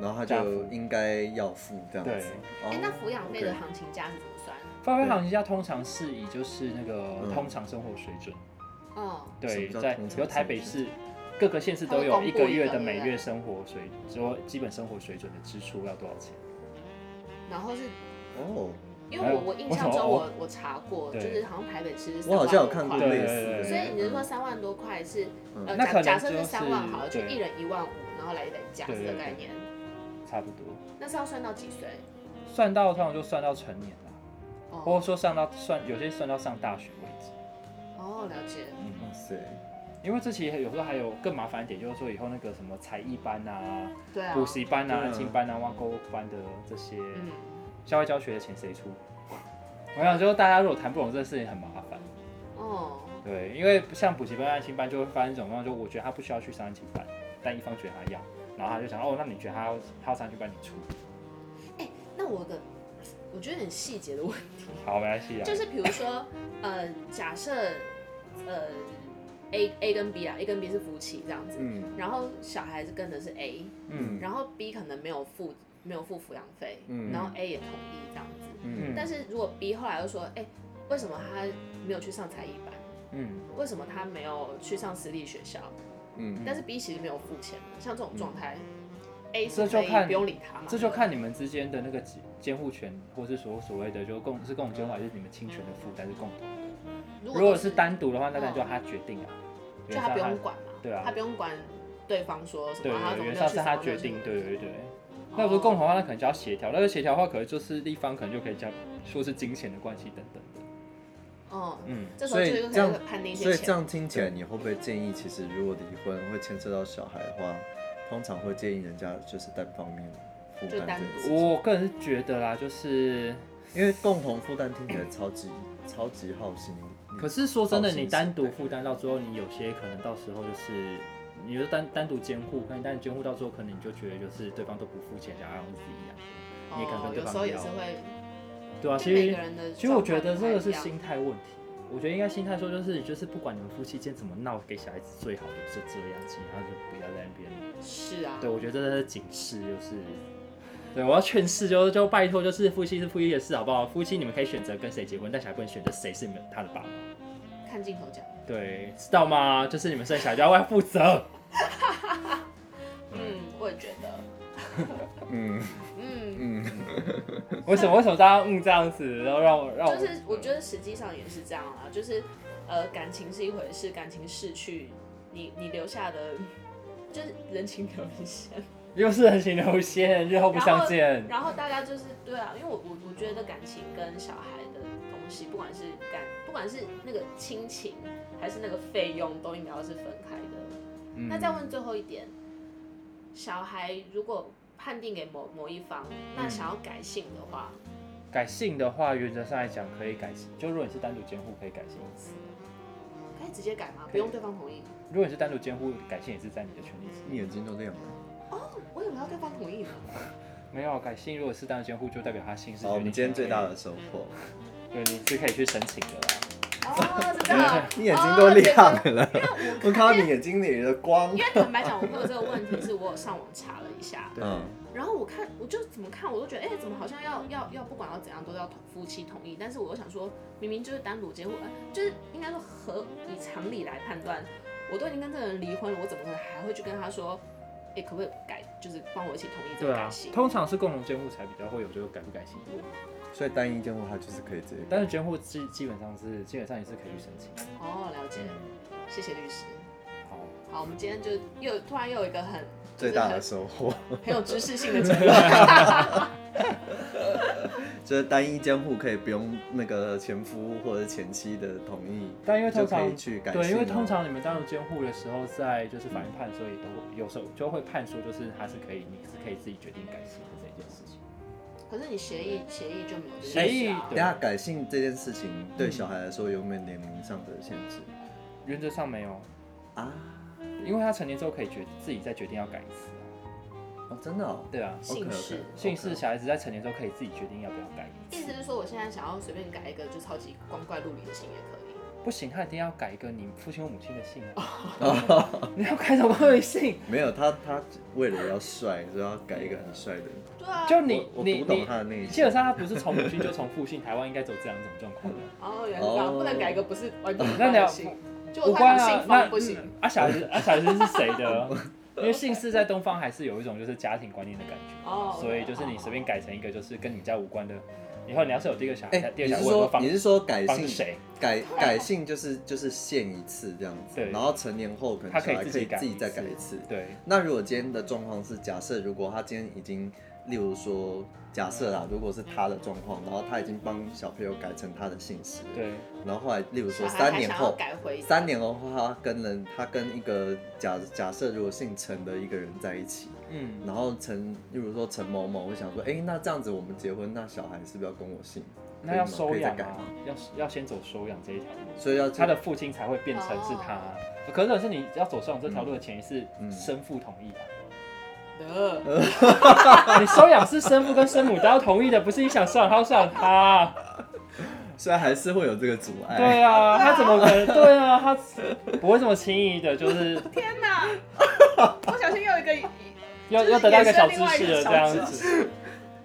Speaker 2: 然后他
Speaker 3: 加
Speaker 2: 就
Speaker 3: 幅
Speaker 2: 应该要付这样
Speaker 3: 对
Speaker 2: 子。
Speaker 1: 哎、
Speaker 2: 哦
Speaker 1: 那抚养费的
Speaker 2: OK
Speaker 1: 行情价是怎么算？
Speaker 3: 发挥行情价通常是以就是那个
Speaker 2: 嗯
Speaker 3: 通常生活水准。
Speaker 1: 哦，
Speaker 3: 对，
Speaker 2: 什么叫
Speaker 3: 在
Speaker 2: 通常
Speaker 3: 有台北市各个县市都有一个月的
Speaker 1: 啊
Speaker 3: 每月生活水，就基本生活水准的支出要多少钱？
Speaker 1: 然后是
Speaker 2: 哦，
Speaker 1: 因为我我印象中
Speaker 3: 我
Speaker 1: 我我查过，就
Speaker 3: 对
Speaker 1: 是好像台北其实
Speaker 2: 我好像有看过
Speaker 3: 对
Speaker 2: 类
Speaker 3: 对
Speaker 2: 似
Speaker 3: 对
Speaker 2: 的，
Speaker 1: 所以你是说三万多块是
Speaker 2: 嗯
Speaker 1: 呃
Speaker 3: 那可
Speaker 1: 假假
Speaker 3: 能
Speaker 1: 设
Speaker 3: 就是
Speaker 1: 三万好了，就
Speaker 3: 对
Speaker 1: 一人一万五，然后来来加这
Speaker 3: 对
Speaker 1: 个
Speaker 3: 对
Speaker 1: 概
Speaker 3: 对
Speaker 1: 念，
Speaker 3: 差不多。
Speaker 1: 那是要算到几岁？
Speaker 3: 算到通常就算到成年了，或
Speaker 1: 哦
Speaker 3: 者说上到算有些算到上大学为止。
Speaker 1: 哦，了解，
Speaker 2: 哇塞，
Speaker 3: 因为这其实有时候还有更麻烦一点，就是说以后那个什么才艺班啊、
Speaker 1: 对啊，
Speaker 3: 补习班
Speaker 2: 对
Speaker 3: 啊、
Speaker 2: 啊
Speaker 3: 安亲班啊、挖沟班的这些
Speaker 1: 嗯，
Speaker 3: 校外教学的钱谁出？我想就是大家如果谈不拢这个事情很麻烦，
Speaker 1: 哦，
Speaker 3: 对，因为像补习班、安亲班就会发生一种状况，就我觉得他不需要去上安亲班，但一方觉得他要，然后他就想哦，那你觉得他要他要上安亲班你出，
Speaker 1: 那我有个我觉得很细节的 问题，
Speaker 3: 好没关系啊，
Speaker 1: 就是比如说，呃，假设呃 A A 跟 B 啊，A 跟 B 是夫妻这样子，
Speaker 2: 嗯
Speaker 1: 然后小孩子跟的是 A，
Speaker 3: 嗯
Speaker 1: 然后 B 可能没有付没有付抚养费，
Speaker 2: 嗯
Speaker 1: 然后 A 也同意这样子，
Speaker 2: 嗯
Speaker 1: 但是如果 B 后来又说，哎、为什么他没有去上才艺班？
Speaker 3: 嗯
Speaker 1: 为什么他没有去上私立学校？
Speaker 2: 嗯，
Speaker 1: 但是 B 其实没有付钱的，像这种状态、a
Speaker 3: 嗯这
Speaker 1: 是
Speaker 3: 就
Speaker 1: 可
Speaker 3: 看
Speaker 1: 以不用理他嘛？
Speaker 3: 这就看你们之间的那个监监护权，或是所所谓的就共是共同监护，还是你们侵权的负担是共同的。
Speaker 1: 如
Speaker 3: 如
Speaker 1: 都
Speaker 3: 果
Speaker 1: 是嗯
Speaker 3: 是单独的话，那当然就他决定啊，
Speaker 1: 就他不
Speaker 3: 原
Speaker 1: 用
Speaker 3: 则上
Speaker 1: 管嘛，
Speaker 3: 对啊
Speaker 1: 他不用管对方说
Speaker 3: 他
Speaker 1: 什
Speaker 3: 对
Speaker 1: 么，他怎
Speaker 3: 对，
Speaker 1: 么
Speaker 3: 原
Speaker 1: 没
Speaker 3: 则
Speaker 1: 有
Speaker 3: 上
Speaker 1: 去
Speaker 3: 是
Speaker 1: 上
Speaker 3: 他
Speaker 1: 没有哦
Speaker 3: 决
Speaker 1: 去
Speaker 3: 定
Speaker 1: 上，
Speaker 3: 对对对。那如果共同的话，那可能就要协调，那个协调的话，可能就是一方可能就可以讲说是金钱的关系等等的。
Speaker 1: 哦，嗯，
Speaker 3: 嗯，
Speaker 1: 这时候
Speaker 2: 所
Speaker 1: 就
Speaker 2: 以
Speaker 1: 又
Speaker 2: 这
Speaker 1: 开
Speaker 2: 样
Speaker 1: 始判定一
Speaker 2: 所
Speaker 1: 些
Speaker 2: 以这
Speaker 1: 钱，
Speaker 2: 样听起来，你会不会建议，其实如果离婚会牵涉到小孩的话，通常会建议人家就是单方面负
Speaker 1: 就
Speaker 2: 担
Speaker 1: 单
Speaker 2: 这
Speaker 1: 独
Speaker 2: 件事情，
Speaker 3: 我个人是觉得啦，就是，
Speaker 2: 因为共同负担听起来超级超级耗心力。
Speaker 3: 可是说真的，
Speaker 2: 好心
Speaker 3: 你
Speaker 2: 思
Speaker 3: 单独负担到最后，你有些可能到时候就是，你就单单独监护，但你单独监护到最后，可能你就觉得就是对方都不付钱，想要让自己养。你也可能
Speaker 1: 哦
Speaker 3: 跟对
Speaker 1: 有
Speaker 3: 方
Speaker 1: 时候也
Speaker 3: 聊
Speaker 1: 是会，
Speaker 3: 对啊，
Speaker 1: 就
Speaker 3: 其
Speaker 1: 每
Speaker 3: 实
Speaker 1: 个人的
Speaker 3: 其实我觉
Speaker 1: 状
Speaker 3: 得
Speaker 1: 况
Speaker 3: 这
Speaker 1: 不
Speaker 3: 个
Speaker 1: 太
Speaker 3: 是
Speaker 1: 一样
Speaker 3: 心态问题。我觉得应该心态说就是就是不管你们夫妻间怎么闹，给小孩子最好的是这样，其他就不要在那边。
Speaker 1: 是啊，
Speaker 3: 对，我觉得这是警示，就是对我要劝示就，就拜托，就是夫妻是夫妻的事，好不好？夫妻你们可以选择跟谁结婚，但小孩不能选择谁是你们他的爸妈。
Speaker 1: 看镜头讲，
Speaker 3: 对，知道吗？就是你们生小孩就要为他负责。
Speaker 1: 嗯，我也觉得，
Speaker 2: 嗯
Speaker 1: 嗯，
Speaker 2: 嗯，
Speaker 3: 为什么为什么大家嗯这样子，然后让我让我
Speaker 1: 就是我觉得实际上也是这样啦，就是呃，感情是一回事，感情逝去，你你留下的就是人情留一线。
Speaker 3: 又是人情流线，日后不相见。
Speaker 1: 然后大家就是对啊，因为我我我觉得感情跟小孩的东西，不管是感，不管是那个亲情还是那个费用，都应该要是分开的。
Speaker 3: 嗯
Speaker 1: 那再问最后一点，小孩如果判定给某某一方，
Speaker 3: 嗯
Speaker 1: 那想要改姓的话，
Speaker 3: 改姓的话，原则上来讲可以改姓，就如果你是单独监护，可以改姓一次；
Speaker 1: 可以直接改吗？
Speaker 3: 可以
Speaker 1: 不用对方同意？
Speaker 3: 如果你是单独监护，改姓也是在你的权利之内。
Speaker 2: 你眼睛都亮了。
Speaker 1: 我以为要对方同意呢。
Speaker 3: 没有啊改姓，如果是单独监护，就代表他姓氏。
Speaker 2: 好，我们今天最大的收获，
Speaker 3: 对，你是可以去申请的啦。
Speaker 1: 哦，是这样
Speaker 2: 。你眼睛都亮了，
Speaker 1: 哦
Speaker 2: 我看到你眼睛里的光
Speaker 1: 因为。因为坦白讲，我会有这个问题，是我有上网查了一下，
Speaker 3: 对
Speaker 2: 嗯，
Speaker 1: 然后我看，我就怎么看，我都觉得，哎、怎么好像要要要不管要怎样都要同夫妻同意，但是我又想说，明明就是单独结婚，呃就是应该说合以常理来判断，我都已经跟这个人离婚了，我怎么可能还会去跟他说，哎、可不可以改，就是帮我一起同意这
Speaker 3: 对
Speaker 1: 个
Speaker 3: 啊
Speaker 1: 改姓？，
Speaker 3: 通常是共同监护才比较会有这个改不改姓的问题，
Speaker 2: 所以单一监护它就是可以直接。
Speaker 3: 但是监护基基本上是基本上也是可以去申请的。
Speaker 1: 哦，了解，谢谢律师。
Speaker 3: 好，
Speaker 1: 好，我们今天就又突然又有一个很
Speaker 2: 最大的收获
Speaker 1: 就是很很有知识性的结 论。
Speaker 2: 就是单一监护可以不用那个前夫或者前妻的同意，
Speaker 3: 但因为
Speaker 2: 就
Speaker 3: 通
Speaker 2: 可以
Speaker 3: 常
Speaker 2: 去啊改姓了。
Speaker 3: 对，因为通常你们单独监护的时候，在就是法院判，所以都会有时候就会判说，就是他是可以，你是可以自己决定改姓的这件事情。
Speaker 1: 可是你协议协议就没有这
Speaker 3: 协
Speaker 1: 件
Speaker 3: 议
Speaker 1: 事啊
Speaker 2: 等一下改姓这件事情
Speaker 3: 嗯
Speaker 2: 对小孩来说有没有年龄上的限制
Speaker 3: 原则上没有，
Speaker 2: 啊？
Speaker 3: 因为他成年之后可以决自己再决定要改一次啊、
Speaker 2: 哦，真的哦，
Speaker 3: 对啊，
Speaker 1: 姓氏。
Speaker 3: 姓氏小孩子在成年之后可以自己决定要不要改一
Speaker 1: 意
Speaker 3: 次
Speaker 1: 思，是说，我现在想要随便改一个就超级光怪陆离的姓也可以。
Speaker 3: 不行，他一定要改一个你父亲或母亲的姓啊！你要改什么鬼姓？
Speaker 2: 没有他他为了要帅，所以要改一个很帅的。
Speaker 1: 对啊，
Speaker 3: 就你
Speaker 2: 我我
Speaker 3: 你
Speaker 2: 读懂他的
Speaker 3: 你，
Speaker 2: 内
Speaker 3: 基
Speaker 2: 心
Speaker 3: 本。上他不是从母亲就从父姓，台湾应该走这两种状况的。
Speaker 1: 哦，原来是这样，
Speaker 2: 哦
Speaker 1: 不能改一个不是完全
Speaker 3: 哦那
Speaker 1: 关
Speaker 3: 聊
Speaker 1: 的姓，就
Speaker 3: 无
Speaker 1: 我换
Speaker 3: 关啊
Speaker 1: 成，
Speaker 3: 那
Speaker 1: 方不行。
Speaker 3: 嗯啊，小孩子啊，小孩子是谁的？ 因为姓氏在东方还是有一种就是家庭观念的感觉，
Speaker 1: 哦，
Speaker 3: 所以就是你随便改成一个就是跟你家无关的，以后你要是有第一个小孩，
Speaker 2: 哎，
Speaker 3: 第
Speaker 2: 你
Speaker 3: 二个
Speaker 2: 是
Speaker 3: 小孩我也会
Speaker 2: 说
Speaker 3: 放
Speaker 2: 你是说改
Speaker 3: 放
Speaker 2: 姓
Speaker 3: 是谁？
Speaker 2: 改改姓就是就是限一次这样子
Speaker 3: 对，
Speaker 2: 然后成年后可
Speaker 3: 他
Speaker 2: 能小
Speaker 3: 可以
Speaker 2: 孩可
Speaker 3: 自
Speaker 2: 以
Speaker 3: 己改
Speaker 2: 自己再
Speaker 3: 一次
Speaker 2: 改一次。
Speaker 3: 对，
Speaker 2: 那如果今天的状况是，假设如果他今天已经例如说，假设啦，如果是他的状况，然后他已经帮小朋友改成他的姓氏，，
Speaker 3: 对，
Speaker 2: 然后后来，例如说
Speaker 1: 小孩
Speaker 2: 三
Speaker 1: 还
Speaker 2: 年
Speaker 1: 想要
Speaker 2: 后，
Speaker 1: 改回
Speaker 2: 三年后他跟人，他跟一个假假设如果姓陈的一个人在一起，
Speaker 3: 嗯，
Speaker 2: 然后陈，例如说陈某某，我想说，哎、那这样子我们结婚，那小孩是不是要跟我姓？
Speaker 3: 那要
Speaker 2: 可以吗
Speaker 3: 收
Speaker 2: 可以再
Speaker 3: 养
Speaker 2: 改
Speaker 3: 啊
Speaker 2: 吗，
Speaker 3: 要要先走收养这一条路。
Speaker 2: 所以要
Speaker 3: 他的父亲才会变成是他。
Speaker 1: 哦
Speaker 3: 可是，可是你要走收养这条路的前提是
Speaker 2: 嗯
Speaker 3: 生父同意啊。
Speaker 1: 的，
Speaker 3: 你收养是生父跟生母都要同意的，不是你想收养他就收养他啊。
Speaker 2: 虽然还是会有这个阻碍，
Speaker 3: 对啊，他怎么可能？对啊，他不会这么轻易 的，就是
Speaker 1: 天 哪！我小心又有一个
Speaker 3: 要
Speaker 1: 就是
Speaker 3: 要得到一个小知
Speaker 1: 衍生另
Speaker 3: 识
Speaker 1: 外一
Speaker 3: 了
Speaker 1: 个
Speaker 3: 这
Speaker 1: 小
Speaker 3: 样
Speaker 1: 知
Speaker 3: 子。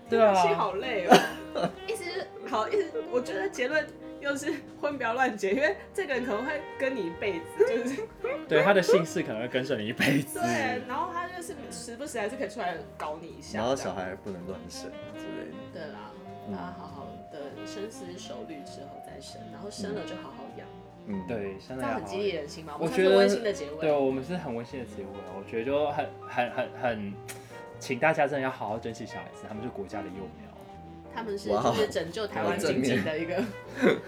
Speaker 3: 对啊，
Speaker 1: 心好累哦。意思是好，意思我觉得结论又是婚不要乱结，因为这个人可能会跟你一辈子， 就是
Speaker 3: 对他的姓氏可能会跟着你一辈子。
Speaker 1: 对，然后他就是时不时还是可以出来搞你一下。
Speaker 2: 然后小孩不能乱生之类的。
Speaker 1: 对啦，
Speaker 2: 嗯
Speaker 1: 大家好好的深思熟虑之后再生，然后生了就好好养，
Speaker 2: 嗯，，
Speaker 3: 对，
Speaker 1: 这
Speaker 3: 现在
Speaker 1: 样很
Speaker 3: 好
Speaker 1: 激励人心嘛。
Speaker 3: 我
Speaker 1: 们才
Speaker 3: 觉
Speaker 1: 是
Speaker 3: 得
Speaker 1: 温馨的结
Speaker 3: 对，
Speaker 1: 尾。
Speaker 3: 我们是很温馨的结尾，我觉得就很很很很，请大家真的要好好珍惜小孩子，他们是国家的幼苗。
Speaker 1: 他们是
Speaker 2: 哇
Speaker 1: 就是拯救台湾经济的一个。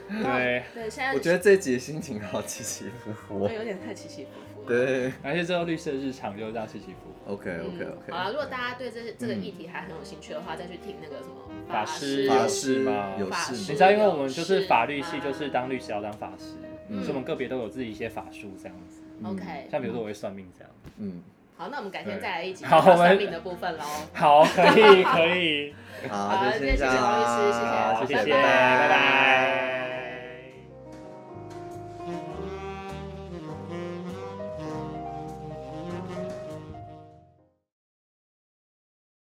Speaker 3: 对。
Speaker 1: 对，现在
Speaker 2: 我觉得这集的心情好起起伏伏
Speaker 1: 对。有点太起起伏伏。。
Speaker 2: 对
Speaker 3: 而且最后律师的日常就到此起伏。
Speaker 2: ，OK OK OK。
Speaker 1: 嗯好了，啊如果大家对这这个议题还很有兴趣的话，再去听那个什么
Speaker 3: 法
Speaker 1: 师
Speaker 3: 师
Speaker 2: 法
Speaker 1: 有
Speaker 2: 师
Speaker 3: 吗
Speaker 2: 有
Speaker 1: 法
Speaker 2: 事
Speaker 1: 师
Speaker 3: 你
Speaker 2: 吗
Speaker 3: 知道，因为我们就是
Speaker 1: 是
Speaker 3: 法律系，
Speaker 1: 吗
Speaker 3: 就是当律师要当法师，
Speaker 2: 嗯
Speaker 3: 所以我们个别都有自己一些法术这样子。
Speaker 2: 嗯
Speaker 1: OK，
Speaker 3: 像比如说我会算命这样。
Speaker 2: 嗯，
Speaker 1: 好，那我们改天
Speaker 3: 对
Speaker 1: 再来一集
Speaker 3: 好我们
Speaker 1: 算命的部分喽。
Speaker 3: 好，可以，可以，
Speaker 2: 好，就
Speaker 1: 今天谢
Speaker 2: 先这
Speaker 1: 谢王律师，谢谢
Speaker 2: 样，
Speaker 1: 好
Speaker 3: 谢谢，
Speaker 1: 拜拜
Speaker 3: 拜拜。